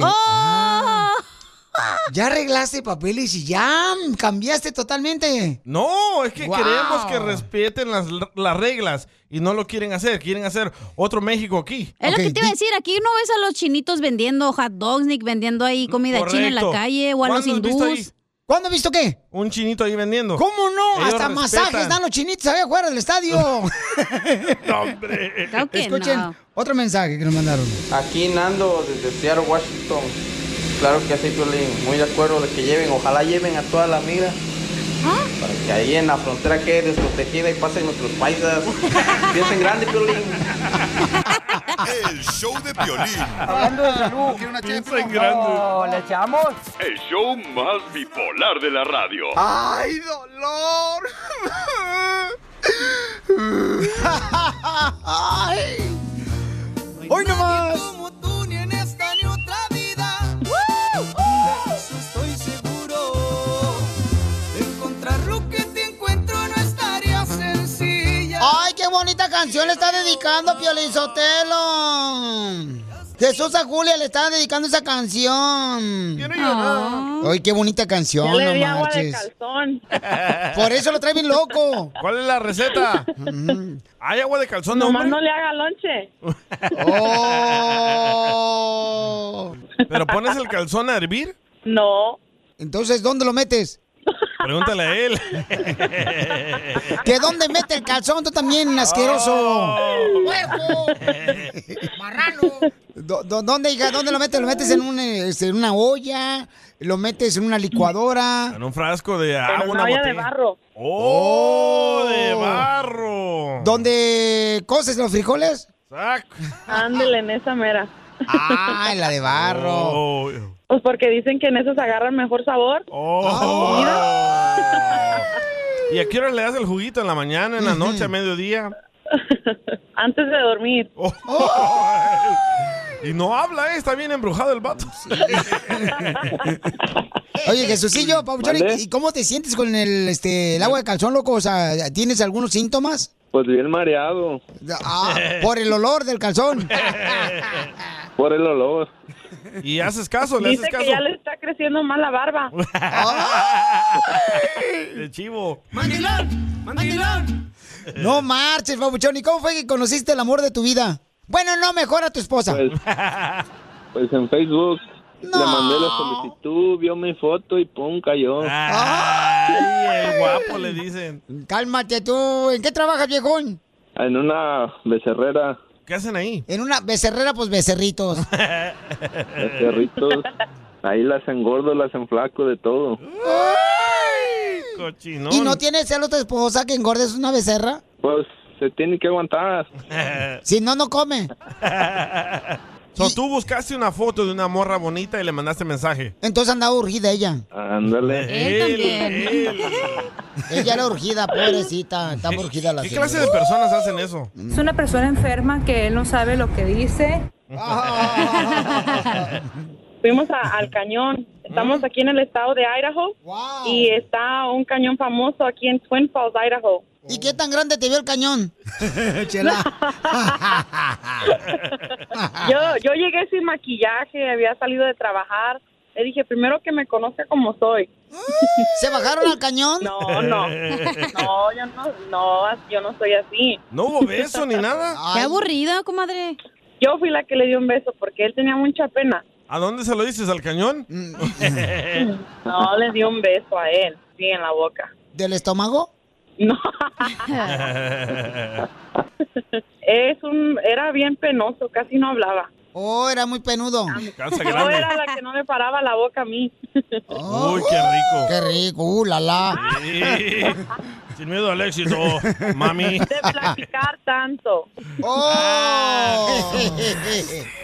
Ya arreglaste papeles y ya cambiaste totalmente. No, es que Wow. queremos que respeten las, las reglas y no lo quieren hacer. Quieren hacer otro México aquí. Es lo que te iba a decir, aquí no ves a los chinitos vendiendo hot dogs, ni vendiendo ahí comida china en la Correcto. calle, o a ¿Cuándo los has visto hindús. ahí? ¿Cuándo has visto qué? Un chinito ahí vendiendo. ¿Cómo no? Ellos Hasta respetan. masajes dan los chinitos ahí afuera del estadio. No, hombre. Escuchen otro mensaje que nos mandaron. Aquí Nando desde Seattle, Washington. Claro que sí, Piolín. Muy de acuerdo de que lleven, ojalá lleven a toda la migra. Para que ahí en la frontera quede desprotegida y pasen nuestros paisas. Piensen grande, Piolín. El show de Piolín. Hablando de salud. ¿Quiere una chela, Piolín? No, ¿le echamos? El show más bipolar de la radio. ¡Ay, dolor! ¡Hoy nomás! Como tú ni en esta ni otra vida. De eso estoy seguro. De encontrar lo que te encuentro no estaría sencilla. ¡Ay, qué bonita canción le está dedicando Piolín Sotelo! De Sosa Julia le estaban dedicando esa canción. Ay, qué bonita canción, Yo le di no agua de marches. calzón. Por eso lo trae bien loco. ¿Cuál es la receta? ¿Hay agua de calzón de Nomás hombre? no le haga lonche. Oh. ¿Pero pones el calzón a hervir? No. Entonces, ¿dónde lo metes? Pregúntale a él. ¿Que dónde mete el calzón? Tú también, Oh. asqueroso. ¡Puerco! Do- do- ¿Dónde, hija? ¿Dónde lo metes? ¿Lo metes en, un, eh, este, en una olla? ¿Lo metes en una licuadora? En un frasco de agua, una Ah, una olla botella. de barro. ¡Oh! De barro. ¿Dónde coces los frijoles? Ándele en esa mera. Oh. Ah, la de barro. oh, Pues porque dicen que en esas agarran mejor sabor. Oh. Oh. ¿Y a qué hora le das el juguito? ¿En la mañana, en la noche, a mediodía? Oh. Antes de dormir. Oh. Y no habla, eh, está bien embrujado el vato. Oye, Jesucillo, Pabuchón, ¿y- ¿Mande? ¿y cómo te sientes con el, este, el agua de calzón, loco? O sea, ¿tienes algunos síntomas? Pues bien mareado. Ah, por el olor del calzón. Por el olor. ¿Y haces caso? ¿Le Dice haces que caso? Oh. ya le está creciendo más la barba. De chivo. ¡Mandilón! ¡Mandilón! No marches, Pabuchón. ¿Y cómo fue que conociste el amor de tu vida? Bueno, no, mejor a tu esposa. Pues, pues en Facebook No. le mandé la solicitud, vio mi foto y pum, cayó. Ah. Ay, el guapo le dicen. Cálmate tú. ¿En qué trabajas, viejón? En una becerrera, ¿Qué hacen ahí? En una becerrera, pues becerritos. becerritos. Ahí las engordo, las enflaco, de todo. Cochinón. ¿Y no tienes celos tu esposa que engordes una becerra? Pues se tiene que aguantar. Si no, no come. So, tú buscaste una foto de una morra bonita y le mandaste mensaje. Entonces andaba urgida ella. Ándale. Ella era urgida, pobrecita. Está urgida la ¿Qué señora. clase de personas hacen eso? Es una persona enferma que él no sabe lo que dice. Fuimos a- al cañón. Mm. Estamos aquí en el estado de Idaho. Y está un cañón famoso aquí en Twin Falls, Idaho. ¿Y qué tan grande te vio el cañón? Yo, yo llegué sin maquillaje, había salido de trabajar. Le dije, primero que me conozca como soy. Mm, ¿Se bajaron al cañón? No, no. No, yo no, no, yo no soy así. ¿No hubo beso ni nada? Qué aburrida, comadre. Yo fui la que le dio un beso porque él tenía mucha pena. ¿A dónde se lo dices? ¿Al cañón? No, le dio un beso a él, sí, en la boca. ¿Del estómago? No. Es un, era bien penoso, casi no hablaba. Oh, era muy penudo. Calza Yo era la que no me paraba la boca a mí. Uy, qué rico. Qué rico, uh, la la. Sí. Sin miedo al éxito, mami. De platicar tanto. ¡Oh!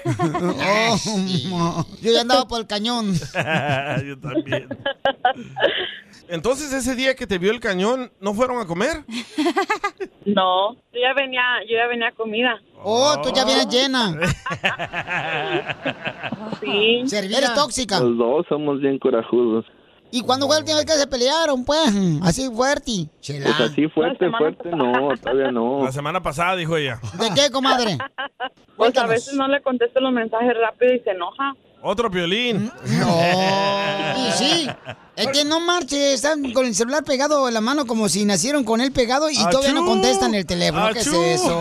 Oh, yo ya andaba por el cañón. Yo también. Entonces, ese día que te vio el cañón, ¿no fueron a comer? No, yo ya venía, yo ya venía comida. Oh, tú ya vienes llena. Sí. Eres tóxica. Los dos somos bien corajudos. ¿Y cuándo fue la última vez que se pelearon, pues? Así fuerte. Chela. Pues así fuerte, fuerte, no, todavía no. La semana pasada, dijo ella. ¿De qué, comadre? Pues a veces no le contesto los mensajes rápido y se enoja. Otro violín. Mm, Oh. Y sí, es que no marche, están con el celular pegado en la mano como si nacieron con él pegado y todavía no Achú. contestan el teléfono. ¿Qué es Achú. eso?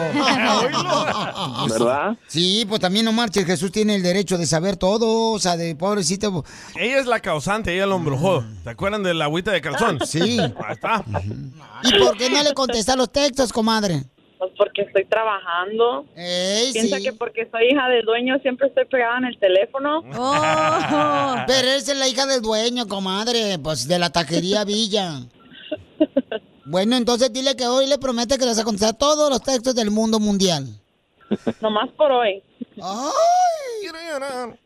¿Verdad? Sí, pues también no marches, Jesús tiene el derecho de saber todo, o sea, de pobrecito. Ella es la causante, ella lo embrujó. ¿Se acuerdan de la agüita de calzón? Mm. Ah, Sí. Ahí está. ¿Y por qué no le contesta los textos, comadre? Pues porque estoy trabajando. Piensa sí. que porque soy hija del dueño siempre estoy pegada en el teléfono. Oh. Pero esa es la hija del dueño, comadre, pues de la taquería Villa. Bueno, entonces dile que hoy le promete que le vas a contestar todos los textos del mundo mundial. Nomás por hoy.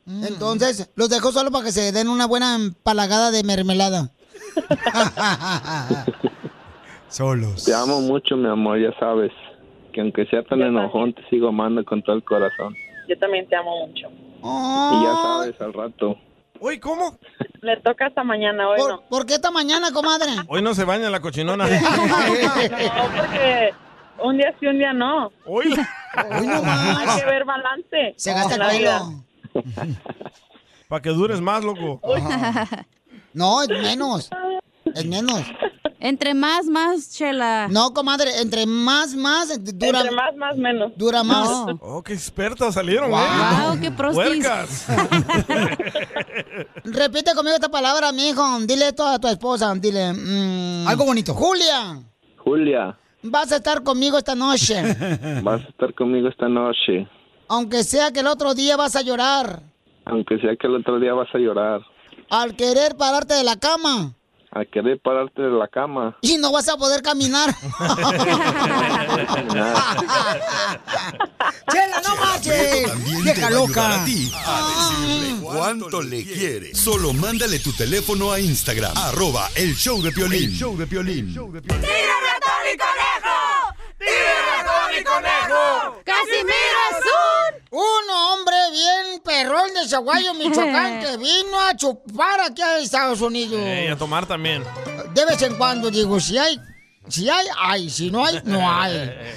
Mm. Entonces, los dejo solo para que se den una buena empalagada de mermelada. Solos. Te amo mucho, mi amor, ya sabes. Que aunque sea tan enojón, te sigo amando con todo el corazón. Yo también te amo mucho. Oh. Y ya sabes, al rato. Uy, ¿cómo? Le toca hasta mañana, hoy no. ¿Por qué esta mañana, comadre? Hoy no se baña la cochinona. No, porque un día sí, un día no. Hoy. Hoy no más. Hay que ver balance. Se gasta el La vida. pelo. Para que dures más, loco. No, es menos. Es menos. Entre más, más, chela. No, comadre, entre más, más, eh, dura. Entre más, más, menos. Dura más. Oh, qué expertas salieron, güey. Wow, qué prostis. Puercas. Repite conmigo esta palabra, mijo. Dile esto a tu esposa. Dile. Algo bonito. Julia, Julia, vas a estar conmigo esta noche. vas a estar conmigo esta noche. Aunque sea que el otro día vas a llorar. Aunque sea que el otro día vas a llorar. Al querer pararte de la cama. Al querer pararte de la cama. Y no vas a poder caminar. ¡Chela, no marches! También te va ¡Vieja a ayudar loca! a ti a decirle cuánto le quieres. Solo mándale tu teléfono a Instagram, arroba el show de Piolín. show de Piolín. ¡Tírame a Tony Conejo! ¡Tírame a Tony Conejo! Un hombre bien perrón de Zaguayo, Michoacán, que vino a chupar aquí a Estados Unidos. Eh, y a tomar también. De vez en cuando digo, si hay, si hay, hay, si no hay, no hay. Eh,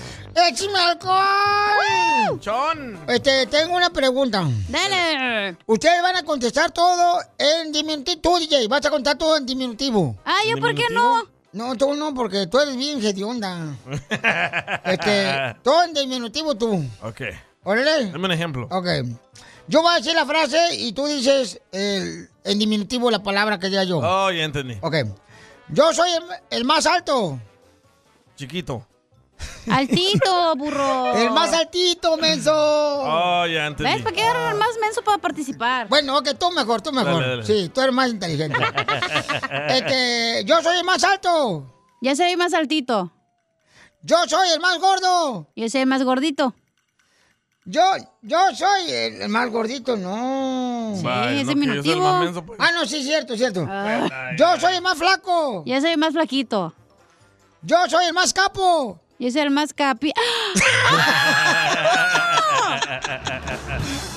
¡Échame alcohol! ¡Chon! Este, tengo una pregunta. Dale. Ustedes van a contestar todo en diminutivo. Tú, DJ, vas a contar todo en diminutivo. Ah, ¿yo por qué no? No, tú no, porque tú eres bien hedionda. Este, todo en diminutivo tú. Ok. Órale. Dame un ejemplo. Ok. Yo voy a decir la frase y tú dices el- en diminutivo la palabra que diga yo. Oh, ya entendí. Ok. Yo soy el, el más alto. Chiquito. Altito, burro. El más altito, menso. Oh, ya entendí. ¿Ves? ¿Para qué agarran al más menso para participar? Bueno, que tú mejor, tú mejor. Dale, dale. Sí, tú eres más inteligente. este, yo soy el más alto. Yo soy el más altito. Yo soy el más gordo. Yo soy el más gordito. Yo, yo soy el, el más gordito, no. Sí, Vaya, es no, que yo soy el diminutivo. Ah. más menso, pues. Ah, no, sí, cierto, cierto. Yo soy el más flaco. Yo soy el más flaquito. Yo soy el más capo. Yo soy el más capi. ¡Ah!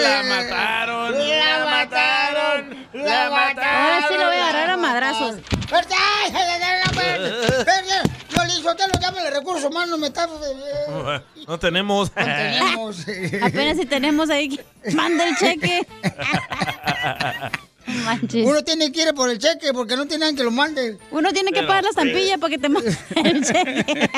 La mataron. La mataron. La mataron. Ahora sí lo voy a agarrar a madrazos. ¡Verte! ¡Ay, ay, ay, no, verte! ¡Verte! Yo le Eh. hice hotel, llame los recursos humanos, me está. No tenemos. tenemos. eh, Apenas si tenemos ahí. que- Manda el cheque. Uno tiene que ir por el cheque porque no tienen que lo mande. eh. Uno tiene que Pero- pagar la estampilla para que te manden el cheque.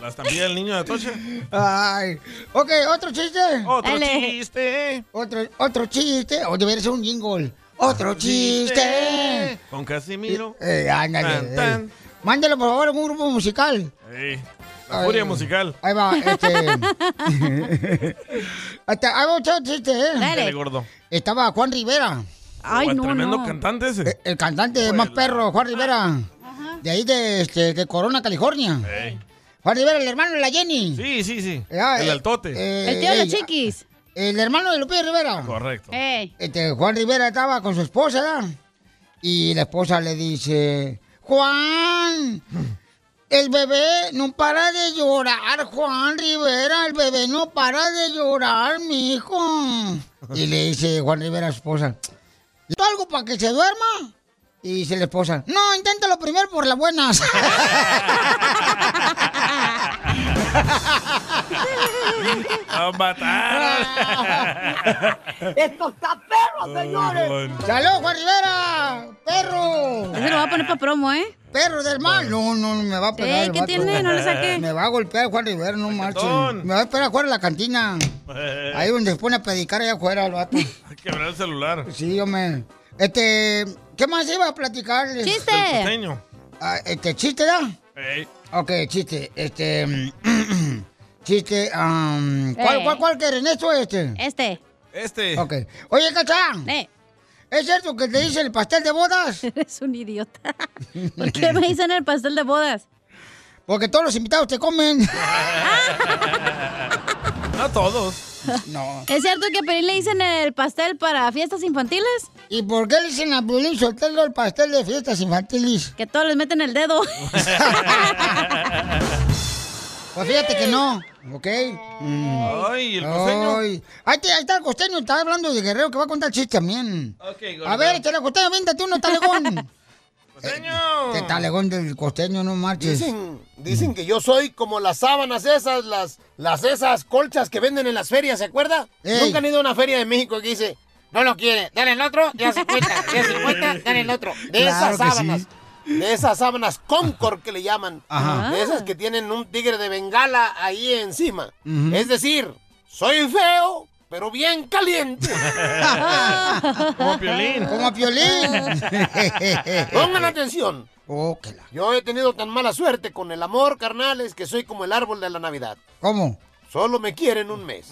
¿La estampilla del niño de Atocha? Ay. Ok, otro chiste. Otro Dale. chiste. Otro, otro chiste. O debería ser un jingle. Otro chiste. Con Casimiro. Eh, ándale. Tan, eh. tan. Mándelo, por favor, a un grupo musical. Ey, La furia Ay. musical. Ahí va, este. Hasta, ahí va otro chiste, ¿eh? Dale, gordo. Estaba Juan Rivera. Ay, Uy, no, tremendo no. cantante ese. El, el cantante más perro, Juan Ah, Rivera. De ahí de, este, de Corona, California. Ey. Juan Rivera, el hermano de la Jenny. Sí, sí, sí. Ah, El eh, altote. eh, El tío de los eh, chiquis. El hermano de Lupillo Rivera. Correcto. Ey. Este, Juan Rivera estaba con su esposa, ¿verdad? Y la esposa le dice, Juan, el bebé no para de llorar, Juan Rivera, el bebé no para de llorar, mi hijo. Y le dice Juan Rivera a su esposa, ¿le doy algo para que se duerma? Y dice la esposa, no, inténtalo primero por las buenas. ¡La mataron! ¡Esto está perro, señores! bueno. ¡Salud, Juan Rivera! ¡Perro! Ese lo va a poner para promo, ¿eh? Perro del mal. No, no, no, me va a pegar. Ey, el ¿qué vato. tiene? No le saque. Me va a golpear Juan Rivera, no marche. Baquetón. Me va a esperar afuera de la cantina. Ahí donde se pone a predicar allá afuera el vato. Quebrar el celular. Sí, hombre. Este, ¿qué más iba a platicarles? Chiste. El costeño. Ah, este, chiste, ¿da? Ey. Ok, chiste. Este, mm, chiste, um, ¿cuál, Eh. cuál, cuál quieren? ¿Esto o este? Este. Eh. Este. Ok. Oye, Cachán. ¿Es cierto que te dice el pastel de bodas? Eres un idiota. ¿Por qué me dicen el pastel de bodas? Porque todos los invitados te comen. No todos. No. ¿Es cierto que a Pelín le dicen el pastel para fiestas infantiles? ¿Y por qué le dicen a Piolín Sotelo el pastel de fiestas infantiles? Que todos les meten el dedo. Pues fíjate que no, ¿ok? Mm. Ay, el costeño. Ay. Ahí, te- ahí está el costeño, está hablando de Guerrero que va a contar chistes también. Ok, A ver, échale, costeño, véndate uno, talegón. ¡Costeño! ¿Qué talegón del costeño, no marches? Dicen, dicen que yo soy como las sábanas esas, las, las esas colchas que venden en las ferias, ¿se acuerda? Ey. Nunca han ido a una feria de México que dice, no lo quiere, dale el otro, ya 50, ya 50, dale el otro. De Claro esas que sí. sábanas. De esas sábanas Concord que le llaman. Ajá. Ah. De esas que tienen un tigre de bengala ahí encima. Es decir, soy feo, pero bien caliente. Como a Piolín. Como a Piolín. Pongan atención. Oh, que la- Yo he tenido tan mala suerte con el amor, carnales, que soy como el árbol de la Navidad. ¿Cómo? Solo me quieren un mes.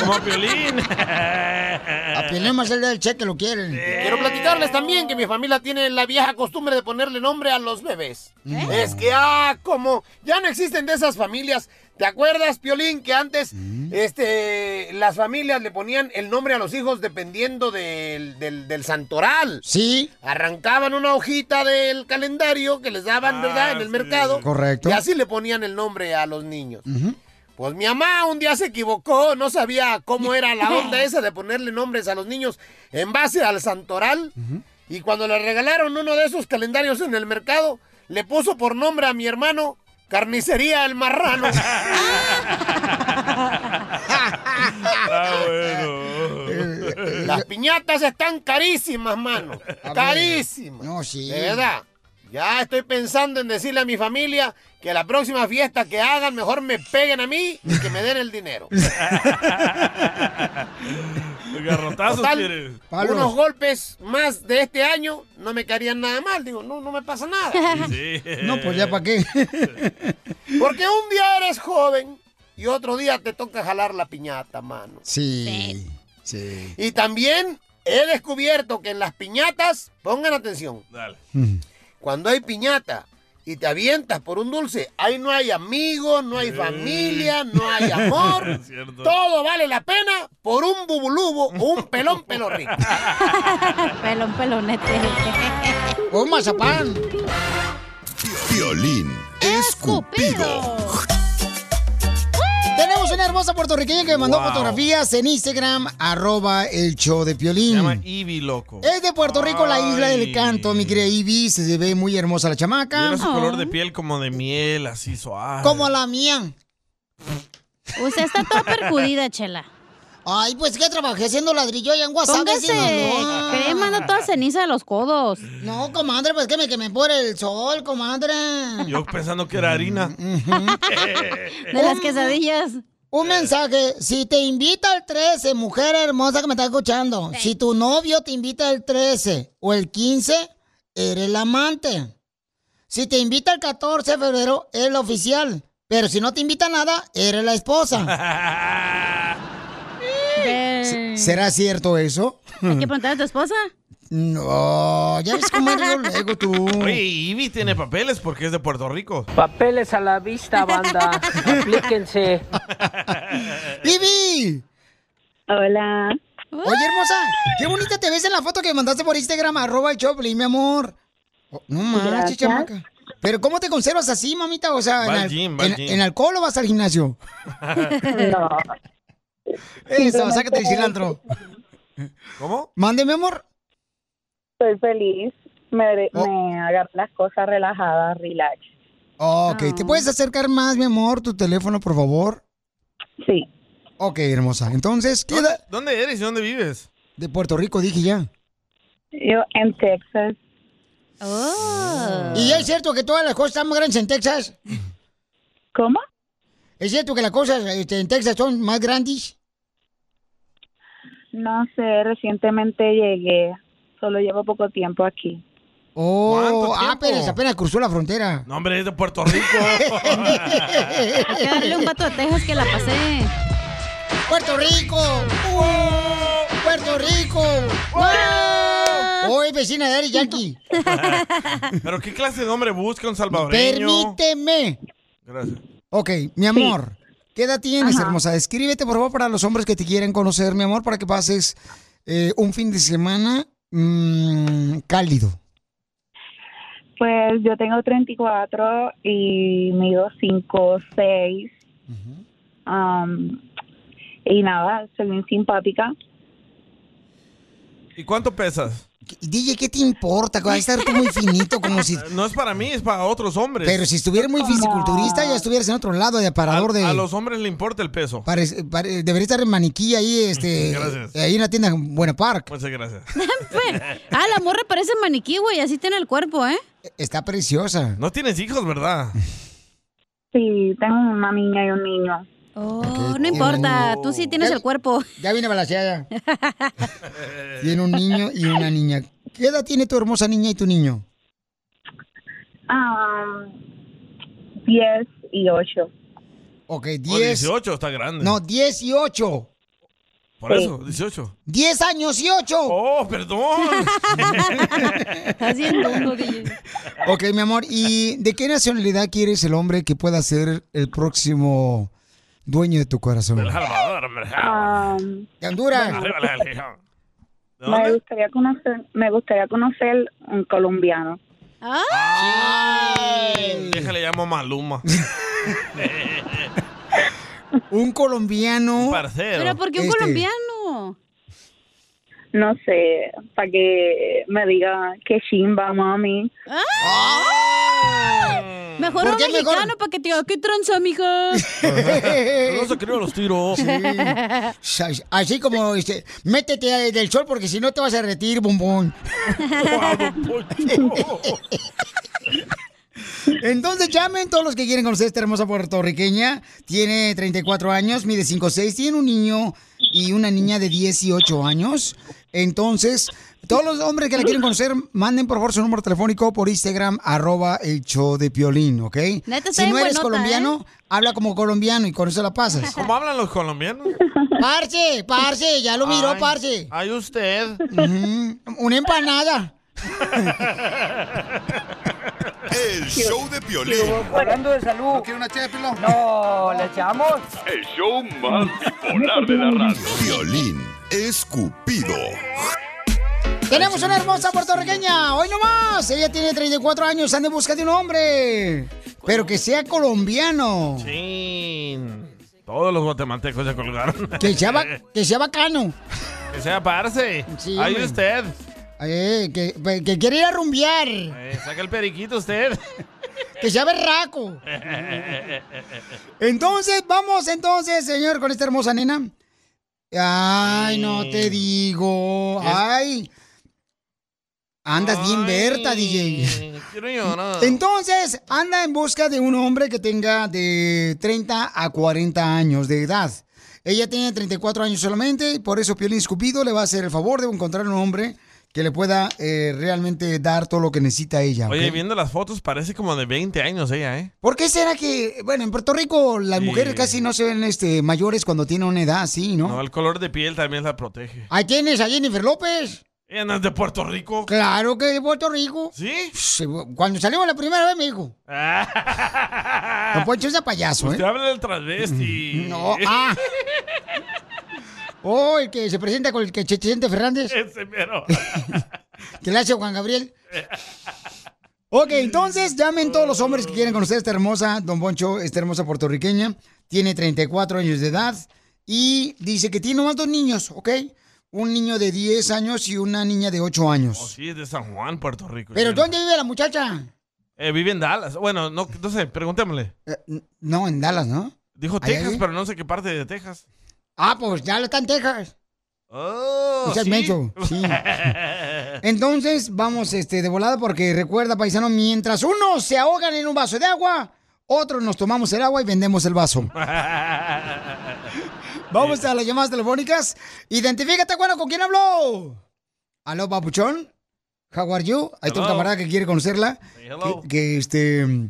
Como a Piolín. Ah. A Piolín Pues más el del cheque lo quieren. Eh. Quiero platicarles también que mi familia tiene la vieja costumbre de ponerle nombre a los bebés. ¿Eh? Es que, ah, como ya no existen de esas familias. ¿Te acuerdas, Piolín, que antes ¿Mm? este, las familias le ponían el nombre a los hijos dependiendo del, del- del santoral? Sí. Arrancaban una hojita del calendario que les daban, ¿verdad?, en el mercado. Correcto. Y así le ponían el nombre a los niños. Ujú. Pues mi mamá un día se equivocó, no sabía cómo era la onda esa de ponerle nombres a los niños en base al santoral. Y cuando le regalaron uno de esos calendarios en el mercado, le puso por nombre a mi hermano Carnicería el Marrano. Las piñatas están carísimas, mano. Carísimas. No, sí. De verdad. Ya estoy pensando en decirle a mi familia que la próxima fiesta que hagan, mejor me peguen a mí y que me den el dinero. Garrotazos Total, quieres. unos golpes más de este año no me caerían nada mal. Digo, no, no me pasa nada. Sí. No, pues ya para qué. Porque un día eres joven y otro día te toca jalar la piñata, mano. Sí. Sí. Y también he descubierto que en las piñatas, pongan atención. Cuando hay piñata y te avientas por un dulce, ahí no hay amigos, no hay familia, no hay amor. Es cierto. Todo vale la pena por un bubulubo o un pelón pelorrico. Pelón, pelonete. Un mazapán. Violín escupido. Tenemos una hermosa puertorriqueña que me mandó Wow. fotografías en Instagram, arroba el show de Piolín. Ivy, loco. Es de Puerto Rico, la isla del Ay. canto, mi querida Ivy. Se ve muy hermosa la chamaca. Tiene su color de piel como de miel, así suave. Como la mía. Usted está toda percudida, Chela. Ay, pues que trabajé haciendo ladrillo allá en WhatsApp. Póngase crema, no toda ceniza de los codos. No, comadre, pues que me quemé por el sol, comadre. Yo pensando que era harina. De las quesadillas. Un mensaje, si te invita el 13, mujer hermosa que me está escuchando, si tu novio te invita el 13 o el 15, eres el amante. Si te invita el 14 de febrero, eres el oficial. Pero si no te invita nada, eres la esposa. Ve. ¿Será cierto eso? Hay que preguntar a tu esposa. No, ya ves cómo eres luego tú. Oye, Ivy tiene papeles porque es de Puerto Rico. Papeles a la vista, banda. Aplíquense. ¡Vivi! Hola. Oye, hermosa, qué bonita te ves en la foto que me mandaste por Instagram, arroba el Choplin, mi amor. Oh, no manches, Gracias. chamaca. Pero ¿cómo te conservas así, mamita? O sea, Va en, al al- gym, va al en- gym. en alcohol o vas al gimnasio? No. Eso, sácate el cilantro. ¿Cómo? Mándeme, amor. Estoy feliz. Me, Oh. me agarro las cosas relajadas, relax. Ok, Ah. ¿te puedes acercar más, mi amor, tu teléfono, por favor? Sí. Ok, hermosa. Entonces, ¿qué edad? ¿Dónde eres y dónde vives? De Puerto Rico, dije ya. Yo en Texas. Ah. Oh. ¿Y es cierto que todas las cosas están más grandes en Texas? ¿Cómo? ¿Es cierto que las cosas este, en Texas son más grandes? No sé, recientemente llegué. Solo llevo poco tiempo aquí. Oh, ¿Cuánto ah, tiempo? pero apenas cruzó la frontera. No, hombre, es de Puerto Rico. Hay que darle un vato de Texas que la pasé. ¡Puerto Rico! ¡Puerto Rico! Hoy vecina de Ari Yankee. Pero ¿qué clase de hombre busca un salvadoreño? Permíteme. Gracias. Ok, mi amor. ¿Qué edad tienes, hermosa? Escríbete, por favor, para los hombres que te quieren conocer, mi amor, para que pases eh, un fin de semana mm, cálido. Pues yo tengo 34 y mido 5, 6. Um, y nada, soy bien simpática. ¿Y cuánto pesas? DJ, ¿qué te importa? Vas a estar tú muy finito, como si... No es para mí, es para otros hombres. Pero si estuviera muy fisiculturista, ya estuvieras en otro lado de aparador de... A los hombres le importa el peso. Parece- pare- debería estar en maniquí ahí, este... Gracias. Pues Ahí en la tienda Buena Park. Muchas gracias. Ah, la morra parece maniquí, güey. Así tiene el cuerpo, ¿eh? Está preciosa. No tienes hijos, ¿verdad? Sí, tengo una niña y un niño. Oh, no importa. Tú sí tienes el cuerpo. Ya viene balaseada. Tiene un niño y una niña. ¿Qué edad tiene tu hermosa niña y tu niño? Ah, 10 y 8. Ok, O 18 está grande. No, 18. Por eso, 18. 10 años y 8. Oh, perdón. haciendo uno, DJ. Ok, mi amor, ¿y de qué nacionalidad quieres el hombre que pueda ser el próximo dueño de tu corazón? El Salvador, hombre. de Honduras. Arriba la religión. Um, Me gustaría conocer, me gustaría conocer un colombiano. Déjale, llamo a Maluma. Un colombiano. Pero ¿por qué un Este, colombiano? No sé, para que me diga que chimba, mami. Mejor ¿Por un qué mejor? mexicano para que te diga, ¿qué tranza, mija? no se creo los tiros. Sí. Sa- Así como, este, métete del sol porque si no te vas a retirar, bombón. Entonces llamen todos los que quieren conocer a esta hermosa puertorriqueña. Tiene 34 años, mide 5'6", tiene un niño y una niña de 18 años. Entonces, todos los hombres que la quieren conocer, manden por favor su número telefónico por Instagram, arroba el show de Piolín, ¿ok? Neta, está si no bien eres buenota, colombiano, habla como colombiano y con eso la pasas. ¿Cómo hablan los colombianos? Parce, Eh, parce, ya lo miró, Ay, parce. Ay, usted. Una empanada. El show de Piolín. Hablando de salud. ¿No quiere una ché de pilón? No, ¿le echamos? El show más bipolar de la radio. Piolín escupido. Tenemos una hermosa puertorriqueña, hoy nomás. Ella tiene 34 años, anda en busca de un hombre. Pero que sea colombiano. Chin. Todos los guatemaltecos se colgaron. Que sea, ba- que sea bacano. Que sea parce. Sí, Ay, hombre. usted. Eh, que, que quiere ir a rumbear. Eh, saca el periquito usted. Que sea berraco. Entonces, vamos entonces, señor, con esta hermosa nena. Ay, no te digo. Ay. Andas bien Berta, DJ. Quiero llorar. Entonces, anda en busca de un hombre que tenga de 30 a 40 años de edad. Ella tiene 34 años solamente, y por eso Piolín Escupido le va a hacer el favor de encontrar un hombre que le pueda eh, realmente dar todo lo que necesita ella. ¿ok? Oye, viendo las fotos, parece como de 20 años ella, ¿eh? ¿Por qué será que, bueno, en Puerto Rico las Sí. mujeres casi no se ven este, mayores cuando tienen una edad así, ¿no? No, el color de piel también la protege. Ahí tienes a Jennifer López. Ella no es de Puerto Rico. Claro que de Puerto Rico. ¿Sí? Cuando salimos la primera vez me dijo. Don Poncho es de payaso, Ah. Usted ¿eh? habla del transvesti. No, ah. Oh, el que se presenta con el que Chechente Fernández. Ese mero. Que le hace Juan Gabriel. Ok, entonces llamen todos los hombres que quieren conocer a esta hermosa, Don Poncho, esta hermosa puertorriqueña. Tiene 34 años de edad y dice que tiene nomás dos niños, ¿ok? Un niño de 10 años y una niña de 8 Oh, años. sí, es de San Juan, Puerto Rico. ¿Pero dónde vive la muchacha? Eh, vive en Dallas. Bueno, no, no sé, preguntémosle. No, en Eh, Dallas, ¿no? Dijo ¿Ahí, Texas, ahí? pero no sé qué parte de Texas. Ah, pues ya lo está en Texas. Oh, No seas ¿sí? menso, sí. Entonces, vamos este, de volada porque recuerda, paisano, mientras unos se ahogan en un vaso de agua, otros nos tomamos el agua y vendemos el vaso. Vamos a las llamadas telefónicas. Identifícate, bueno, ¿con quién habló? Aló, papuchón. How are you? Ahí está un Hello. camarada que quiere conocerla. hello. Que, que, este, él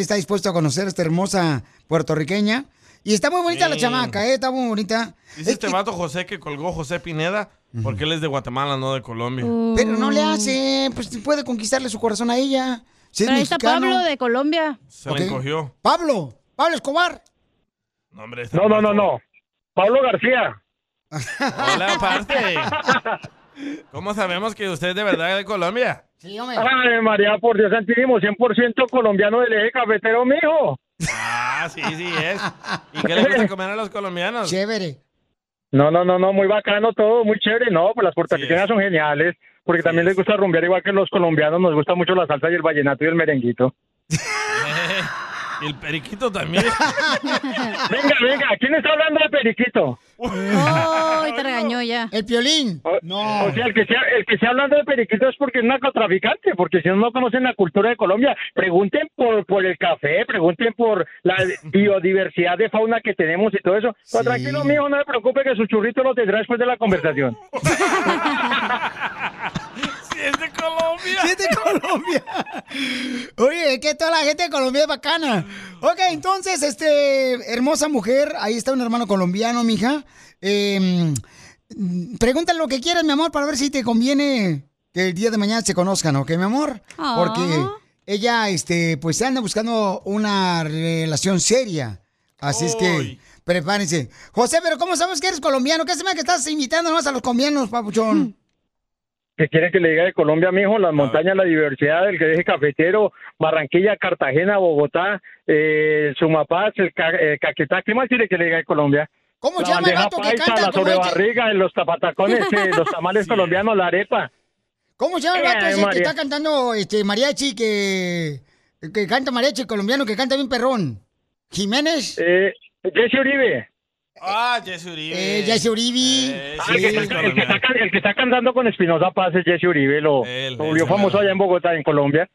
está dispuesto a conocer a esta hermosa puertorriqueña. Y está muy bonita la Sí. chamaca, ¿eh? Está muy bonita. Dice este vato José que colgó José Pineda porque él es de Guatemala, no de Colombia. Pero no Mm. le hace, pues puede conquistarle su corazón a ella. Si es Pero ahí está mexicano. Pablo de Colombia. Se le encogió. Pablo, Pablo Escobar. No, hombre, No, no, no, no. Pablo García. Hola, parte. ¿Cómo sabemos que usted es de verdad de Colombia? Sí, hombre. Ay, María, por Dios santísimo, 100% colombiano del eje cafetero, mijo. Ah, sí, sí es. ¿Y qué le gusta comer a los colombianos? Chévere. No, no, no, no, muy bacano todo, muy chévere. No, pues las puertorriqueñas son geniales. porque también les gusta rumbear igual que los colombianos, nos gusta mucho la salsa y el vallenato y el merenguito. Y el periquito también. Venga, venga, ¿quién está hablando de periquito? ¡Ay, te regañó ya! El piolín. No. O sea, el que sea, el que sea hablando de periquito es porque es narcotraficante, porque si no, no conocen la cultura de Colombia, pregunten por, por el café, pregunten por la biodiversidad de fauna que tenemos y todo eso. Pero tranquilo, mijo, no se preocupe que su churrito lo tendrá después de la conversación. es de Colombia. Sí, es de Colombia. Oye, es que toda la gente de Colombia es bacana. Ok, entonces, este, hermosa mujer, ahí está un hermano colombiano, mija. Eh, mm, pregúntale lo que quieras, mi amor, para ver si te conviene que el día de mañana se conozcan, ¿ok, mi amor? Aw. Porque ella, este, pues anda buscando una relación seria. Así es que. Prepárense. José, pero ¿cómo sabes que eres colombiano? ¿Qué se me que estás invitando nomás a los colombianos, papuchón? que quiere que le diga de Colombia, mijo, Ah. las montañas, la diversidad, el que deje cafetero, Barranquilla, Cartagena, Bogotá, eh, Sumapaz, el ca- eh, Caquetá, ¿qué más quiere que le diga de Colombia? ¿Cómo la llama el bandeja vato que paisa, canta La como el que- sobrebarriga, los tapatacones, eh, los tamales colombianos, la arepa. ¿Cómo se llama el vato Ay, ese que María. está cantando este mariachi que, que canta mariachi colombiano que canta bien perrón? ¿Jiménez? Eh, Jesse Uribe. Ah, Jesse Uribe. Eh, Jesse Uribe. Ah, el, que está, el que está can- el que está cantando con Espinosa Paz es Jesse Uribe, lo, lo volvió ese famoso allá en Bogotá, en Colombia.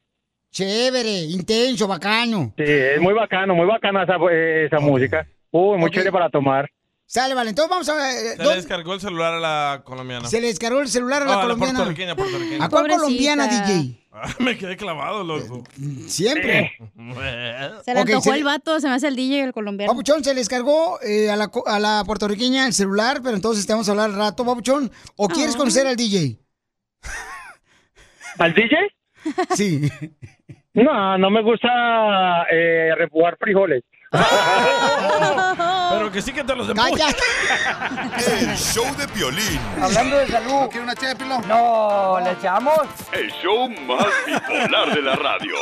Chévere, intenso, bacano. Sí, es muy bacano, muy bacana esa, eh, esa música. Uy, muy chévere para tomar. Sale, vale. Entonces vamos a ver. eh, Se le ¿dónde- descargó el celular a la colombiana. Se le descargó el celular a Ah, la a colombiana. puertorriqueña, puertorriqueña. ¿A cuál colombiana, DJ? Ah, Me quedé clavado, loco. Eh. Siempre. Se le Ok, antojó se- el vato, se me hace el DJ el colombiano. Papuchón, se le descargó eh, a, la, co- a la puertorriqueña el celular, pero entonces te vamos a hablar al rato, Papuchón. ¿O quieres Ah. conocer al DJ? ¿Al DJ? Sí. No, no me gusta eh, repujar frijoles. Pero que sí que te los Calla. empuje. El show de Piolín. Hablando de salud. ¿No quiere una ché de pilón? No, ¿le echamos? El show más bipolar de la radio.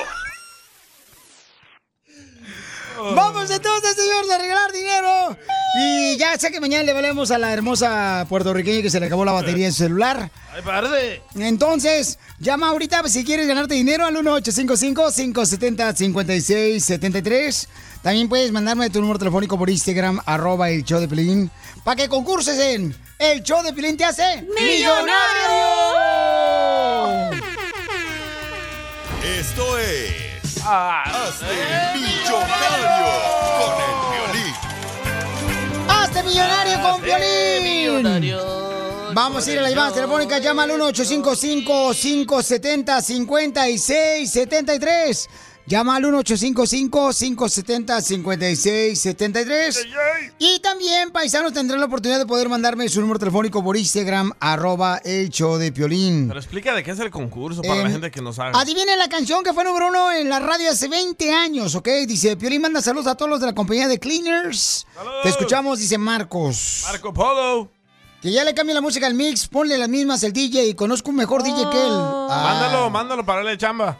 Vamos entonces, señores, a arreglar dinero. Y ya sé que mañana le valemos a la hermosa puertorriqueña que se le acabó la batería de su celular. Ay, parece. Entonces, llama ahorita pues, si quieres ganarte dinero al 1-855-570-5673. También puedes mandarme tu número telefónico por Instagram, arroba el show de Pelín, para que concurses en El show de Pelín te hace millonario. Esto es. Hazte millonario con el violín. ¡Hazte millonario con Piolín! Vamos a ir a las llamadas telefónicas. Llama al 1-855-570-5673. Llama al 1-855-570-5673. Y también, paisanos, tendrán la oportunidad de poder mandarme su número telefónico por Instagram, arroba el show de Piolín. Pero explica de qué es el concurso para la Em, gente que no sabe. Adivinen la canción que fue número uno en la radio hace 20 años, ¿ok? Dice, Piolín manda saludos a todos los de la compañía de Cleaners. Te escuchamos, dice Marcos. Marco Polo. Que ya le cambie la música al mix, ponle las mismas el DJ y conozco un mejor DJ que él. Oh. Ah. Mándalo, mándalo para darle chamba.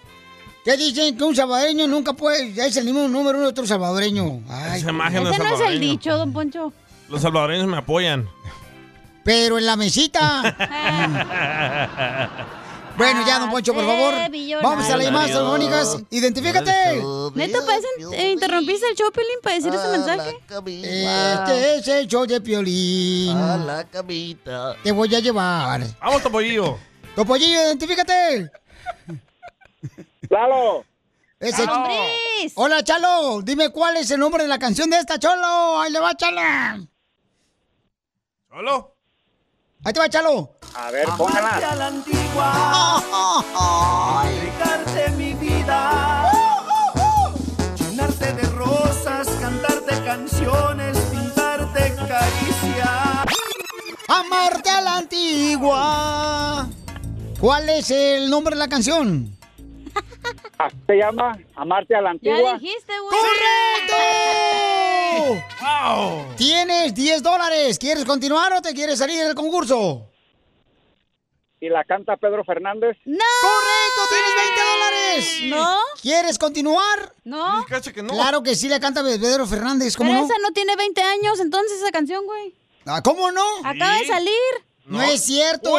¿Qué dicen? Que un salvadoreño nunca puede, ya es el mismo número uno de otro salvadoreño. Ay, Esa imagen de Ese no es el salvadoreño. dicho, don Poncho. Los salvadoreños me apoyan. Pero en la mesita. bueno, Ah, ya, don Poncho, por favor. eh, Vamos a las llamadas telefónicas. Identifícate. Neto, pues, eh, ¿interrumpiste el show, Piolín, para decir ese mensaje? Este es el show de Piolín. A la camita. Te voy a llevar. Vamos, Topollillo. Topollillo, identifícate. Claro. Ese Hola, Chalo. Dime cuál es el nombre de la canción de esta, Cholo. Ahí le va, Chala. Cholo. Ahí te va, Chalo. A ver, Amarte a la antigua. Entregarte mi vida. Llenarte de rosas, cantarte canciones, pintarte caricias. Amarte a la antigua. ¿Cuál es el nombre de la canción? Ah, Se llama Amarte a la Antigua. dijiste, güey. ¡Correcto! Tienes 10 dólares. ¿Quieres continuar o te quieres salir del concurso? Y la canta Pedro Fernández. ¡No! ¡Correcto! ¡Tienes 20 dólares! ¿No? ¿Quieres continuar? No. Claro que sí, la canta Pedro Fernández. ¿Cómo Pero no? esa no tiene 20 años, entonces esa canción, güey. Ah, ¿Cómo no? Acaba de salir. No, es cierto.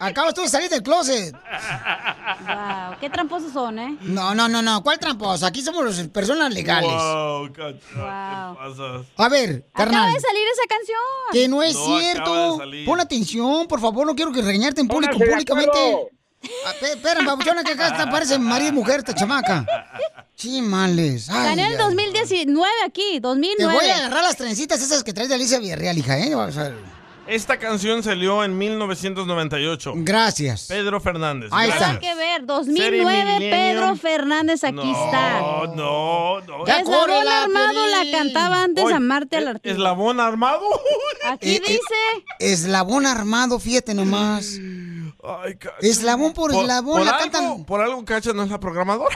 Acabas tú de salir del closet. Wow, qué tramposos son, ¿eh? No, no, no, no. ¿Cuál tramposo? Aquí somos los- personas legales. Wow, cacha, ¿qué pasas? A ver, carnal. Acaba de salir esa canción. Que no es No, acaba de cierto. salir. Pon atención, por favor. No quiero que regañarte en público, Pónganse de públicamente. acuerdo. Ah, pe- Espera, babuchona, que acá está, parece marido y mujer esta chamaca. Chimales. Ay, Gané en el ay. 2019 aquí, 2009. Te voy a agarrar las trencitas esas que traes de Alicia Villarreal, hija, ¿eh? Vamos a ver. Esta canción salió en 1998. Gracias. Pedro Fernández. Nada que ver, 2009, Serie Pedro Millennium. Fernández, aquí está. No, no. Eslabón armado la cantaba antes Oye, Amarte al artista. ¿Eslabón armado? Aquí Eh, eh, dice. Eslabón armado, fíjate nomás. eslabón por, eslabón, la algo, cantan. Por algo, Cacha no es la programadora.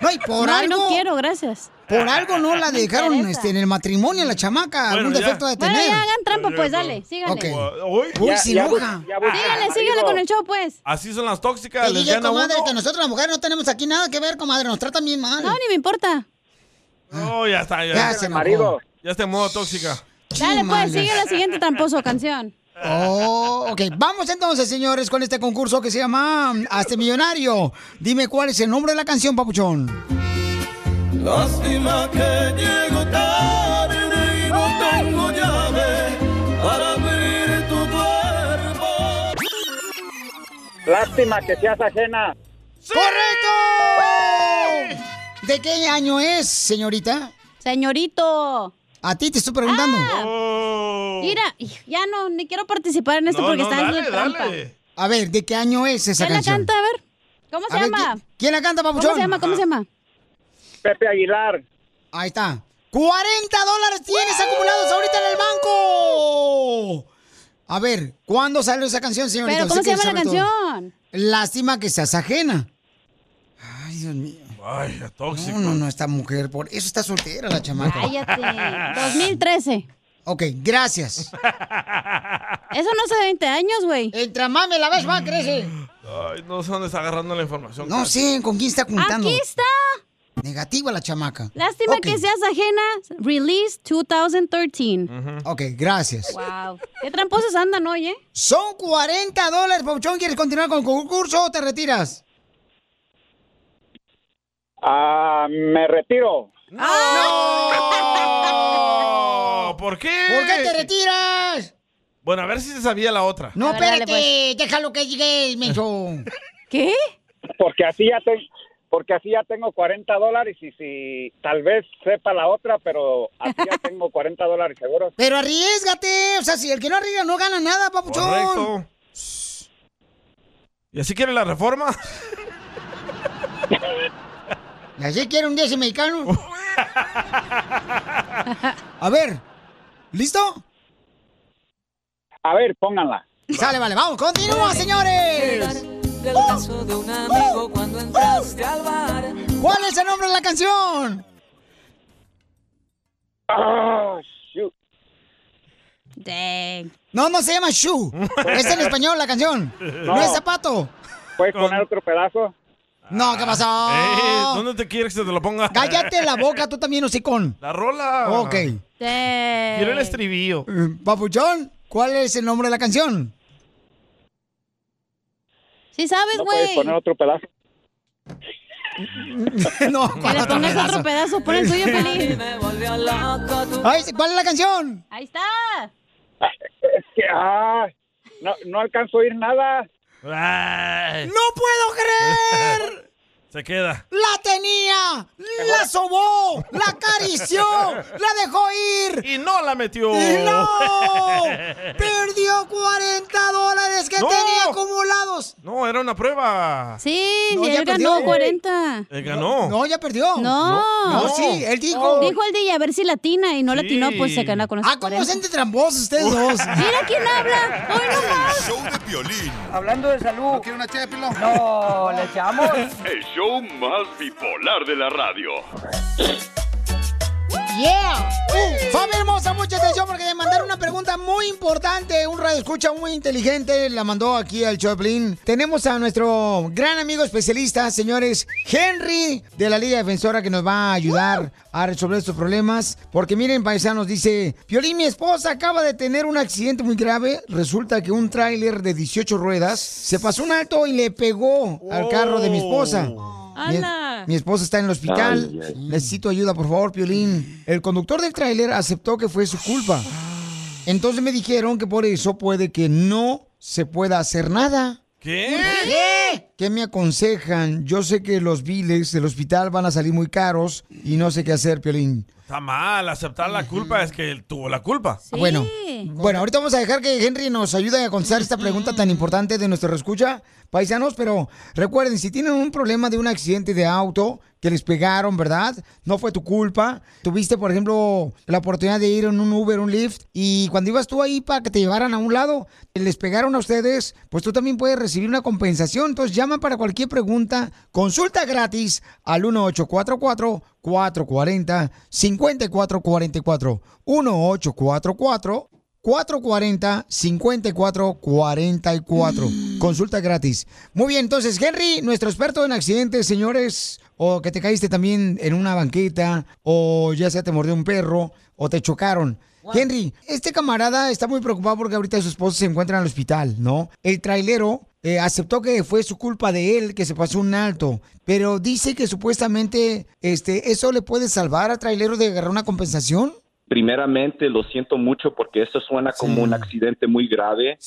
No, y por No, y algo. no quiero, gracias. Por algo no la Me dejaron interesa. este, en el matrimonio, la chamaca. Bueno, algún ya. defecto de Bueno, tener. ya hagan trampa, pues dale, síganle. Ok. Uy, Uy, sin hoja. Síganle, síganle con el show, pues. Así son las tóxicas, Te les dije, gana comadre, uno. que nosotros las mujeres no tenemos aquí nada que ver, comadre. Nos tratan bien mal. No, ni me importa. No, Oh, ya está, ya. Ya se Marido. enojó. Ya está en modo tóxica. Dale, pues, Chimales. sigue la siguiente tramposo canción. Oh, ok. Vamos entonces, señores, con este concurso que se llama Hazte Millonario. Dime cuál es el nombre de la canción, papuchón. Lástima que llego tarde y no tengo llave para abrir tu cuerpo. Lástima que seas ajena. ¡Correcto! ¿De qué año es, señorita? Señorito. A ti te estoy preguntando. Ah. Mira, hij- ya no, ni quiero participar en esto No, porque no, está dale, haciendo trampa. dale. A ver, ¿de qué año es esa ¿Quién la canción? canta? A ver. ¿Cómo se A ver, llama? ¿qui- ¿Quién la canta, papuchón? ¿Cómo se llama? ¿Cómo se llama? Pepe Aguilar. Ahí está. 40 dólares tienes acumulados ahorita en el banco. A ver, ¿cuándo salió esa canción, señorita? Pero, Usted ¿cómo se que llama la sabe todo. canción? Lástima que seas ajena. Ay, Dios mío. Ay, ya tóxico. No, no, no, esta mujer, por eso está soltera la chamaca. Cállate. 2013. Ok, gracias. Eso no hace 20 años, güey. Entra mame, la ves, va, crece. Ay, no sé dónde está agarrando la información. No sé con quién está juntando. Aquí está. Negativa la chamaca. Lástima Ok. que seas ajena. Release 2013. Ok, gracias. Wow. Qué tramposos andan hoy, ¿eh? Son 40 dólares, Pauchón. ¿Quieres continuar con el concurso o te retiras? Ah, me retiro. ¡No! ¿Por qué? ¿Por qué te retiras? Bueno, a ver si se sabía la otra. No, espérate, pues. déjalo que llegue, menso. ¿Qué? Porque así ya te- porque así ya tengo 40 dólares y si tal vez sepa la otra, pero así ya tengo 40 dólares seguros. Pero arriesgate. O sea, si el que no arriesga no gana nada, Papuchón. Correcto. ¿Y así quiere la reforma? Y así quiere un 10 mexicano. A ver, ¿listo? A ver, pónganla. Sale, vale, vamos, continúa, señores. Del caso de un amigo cuando entraste al bar. ¿Cuál es el nombre de la canción? Ah, shoot. Dang. No, no se llama Shoe. Es en español la canción. No, No. es zapato. ¿Puedes poner otro pedazo? No, ¿qué pasó? Eh, ¿Dónde te quieres que te lo ponga? Cállate la boca, tú también, hocicón. La rola. Ok. Quiero el estribillo. Eh, Papuchón, ¿cuál es el nombre de la canción? Sí sabes, ¿No puedes güey. poner otro pedazo? no, que ¿cuál le otro pongas pedazo? otro pedazo, pon el tuyo, Pelín. Me volvió loco tu Ay, ¿Cuál es la canción? Ahí está. Es que, ah, no, no alcanzo a oír nada. Ay, ¡No puedo creer! Se queda. ¡La tenía! ¡La sobó! ¡La acarició! ¡La dejó ir! Y no la metió. ¡Y no! ¡Perdió 40 dólares que No. tenía acumulados! No, era una prueba. Sí, No, y ya él perdió. ganó 40. Él ganó. No, ya perdió. No. No, sí, él dijo. Dijo el DJ a ver si latina y no latinó, pues se gana con esos Ah, ¿cómo 40. se entre tramposos ustedes dos? Mira quién habla. Hoy no más. Hablando de salud. ¿No una No, ¿le echamos? El show más bipolar de la radio. ¡Yeah! Uh, Familia hermosa, mucha atención porque te mandaron una pregunta muy importante, un radio escucha muy inteligente, la mandó aquí al Choplin. Tenemos a nuestro gran amigo especialista, señores, Henry de la Liga Defensora, que nos va a ayudar a resolver estos problemas. Porque miren, paisanos, dice, Piolín, mi esposa acaba de tener un accidente muy grave. Resulta que un tráiler de 18 ruedas se pasó un alto y le pegó al carro de mi esposa. Mi, ¡Hala! mi esposa está en el hospital. Ay, ay. Necesito ayuda, por favor, Piolín. El conductor del tráiler aceptó que fue su culpa. Entonces me dijeron que por eso puede que no se pueda hacer nada. ¿Qué? ¿Qué me aconsejan? Yo sé que los biles del hospital van a salir muy caros y no sé qué hacer, Piolín. Está mal, aceptar la culpa es que él tuvo la culpa. Bueno, bueno, ahorita vamos a dejar que Henry nos ayude a contestar esta pregunta tan importante de nuestro escucha, paisanos, pero recuerden, si tienen un problema de un accidente de auto que les pegaron, ¿verdad? No fue tu culpa. Tuviste, por ejemplo, la oportunidad de ir en un Uber, un Lyft, y cuando ibas tú ahí para que te llevaran a un lado, les pegaron a ustedes, pues tú también puedes recibir una compensación. Entonces llama para cualquier pregunta, consulta gratis al 1844 440-5444. 1-844-440-5444. Consulta gratis. Muy bien, entonces, Henry, nuestro experto en accidentes, señores, o que te caíste también en una banqueta, o ya sea te mordió un perro, o te chocaron. Henry, este camarada está muy preocupado porque ahorita su esposo se encuentra en el hospital, ¿no? El trailero eh, aceptó que fue su culpa de él que se pasó un alto, pero dice que supuestamente este, eso le puede salvar al trailero de agarrar una compensación. Primeramente, lo siento mucho porque eso suena como un accidente muy grave.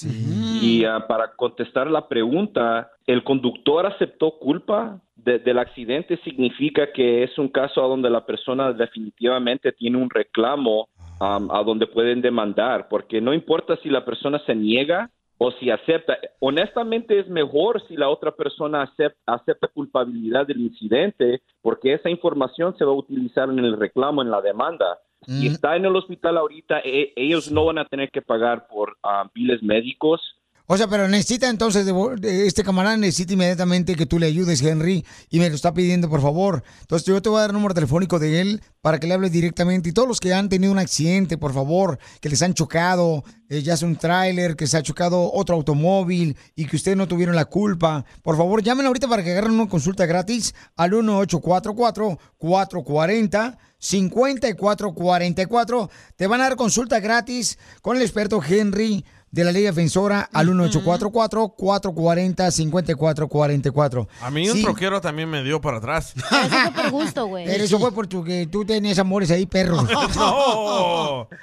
Y ah, para contestar la pregunta, el conductor aceptó culpa de- del accidente significa que es un caso a donde la persona definitivamente tiene un reclamo am, a donde pueden demandar, porque no importa si la persona se niega o si acepta. Honestamente es mejor si la otra persona acep- acepta culpabilidad del incidente, porque esa información se va a utilizar en el reclamo, en la demanda. Mm. Si está en el hospital ahorita, e- ellos no van a tener que pagar por ah, biles médicos, O sea, pero necesita entonces, de vo- de- este camarada necesita inmediatamente que tú le ayudes, Henry, y me lo está pidiendo, por favor. Entonces yo te voy a dar el número telefónico de él para que le hables directamente. Y todos los que han tenido un accidente, por favor, que les han chocado, eh, ya sea un tráiler, que se ha chocado otro automóvil y que ustedes no tuvieron la culpa, por favor, llamen ahorita para que agarren una consulta gratis al 1844-440. 5444. Te van a dar consulta gratis con el experto Henry de la Liga Defensora al 1844-440-5444. A mí un Sí, troquero también me dio para atrás. por gusto, güey. Pero eso fue porque tú tenías amores ahí, perro. ¡No!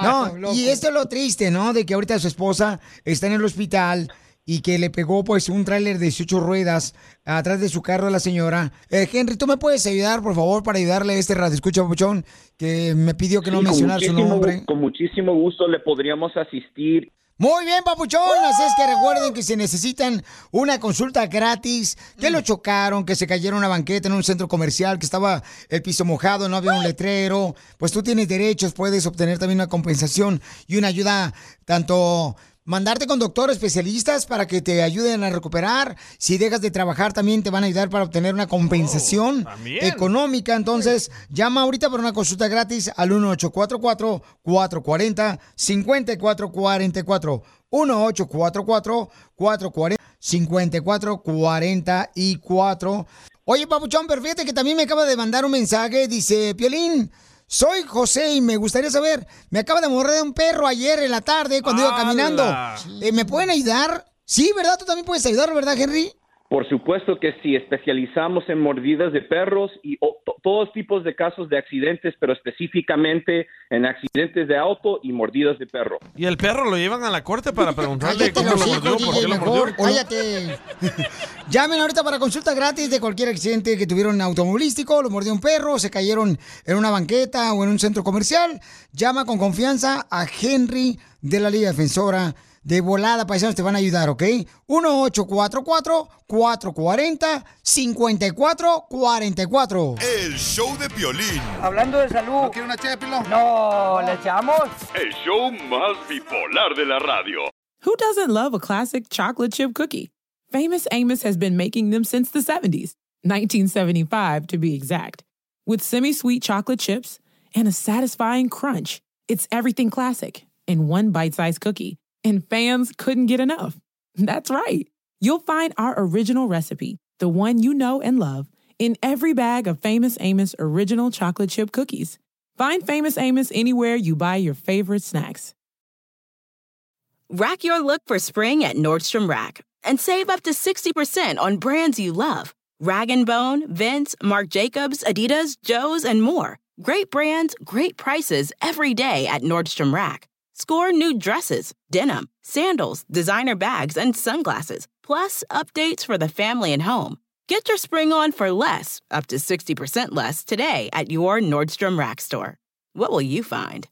No, y esto es lo triste, ¿no? De que ahorita su esposa está en el hospital y que le pegó pues un tráiler de 18 ruedas atrás de su carro a la señora. Eh, Henry, ¿tú me puedes ayudar, por favor, para ayudarle a este radio escucha buchón que me pidió que no Sí, con mencionara su muchísimo gu- nombre? Con muchísimo gusto le podríamos asistir. Muy bien, papuchón. Así es que recuerden que si necesitan una consulta gratis, que lo chocaron, que se cayeron una banqueta en un centro comercial, que estaba el piso mojado, no había un letrero, pues tú tienes derechos, puedes obtener también una compensación y una ayuda, tanto mandarte con doctores especialistas para que te ayuden a recuperar. Si dejas de trabajar, también te van a ayudar para obtener una compensación también. económica. Entonces, llama ahorita para una consulta gratis al 1844-440-5444. 1844-440-5444. Oye, Papuchón, pero fíjate que también me acaba de mandar un mensaje. Dice, Piolín, soy José y me gustaría saber, me acaba de morder un perro ayer en la tarde cuando iba caminando. ¡Hala! Eh, ¿Me pueden ayudar? Sí, ¿verdad? Tú también puedes ayudar, ¿verdad, Henry? Por supuesto que sí, especializamos en mordidas de perros y o- to- todos tipos de casos de accidentes, pero específicamente en accidentes de auto y mordidas de perro. Y el perro lo llevan a la corte para preguntarle cómo lo mordió, por qué lo mordió. cállate. Llamen ahorita para consulta gratis de cualquier accidente que tuvieron automovilístico, lo mordió un perro, se cayeron en una banqueta o en un centro comercial. Llama con confianza a Henry de la Liga Defensora. De volada, paisanos, te van a ayudar, ¿ok? 1-844-440-5444. El show de Piolín. Hablando de salud. ¿No una No, ¿le echamos? El show más bipolar de la radio. Who doesn't love a classic chocolate chip cookie? Famous Amos has been making them since the 70s, 1975 to be exact, with semi sweet chocolate chips and a satisfying crunch. It's everything classic in one bite sized cookie, and fans couldn't get enough. That's right. You'll find our original recipe, the one you know and love, in every bag of Famous Amos original chocolate chip cookies. Find Famous Amos anywhere you buy your favorite snacks. Rack your look for spring at Nordstrom Rack and save up to 60% on brands you love. Rag & Bone, Vince, Marc Jacobs, Adidas, Joe's, and more. Great brands, great prices every day at Nordstrom Rack. Score new dresses, denim, sandals, designer bags, and sunglasses, plus updates for the family and home. Get your spring on for less, up to 60% less, today at your Nordstrom Rack store. What will you find?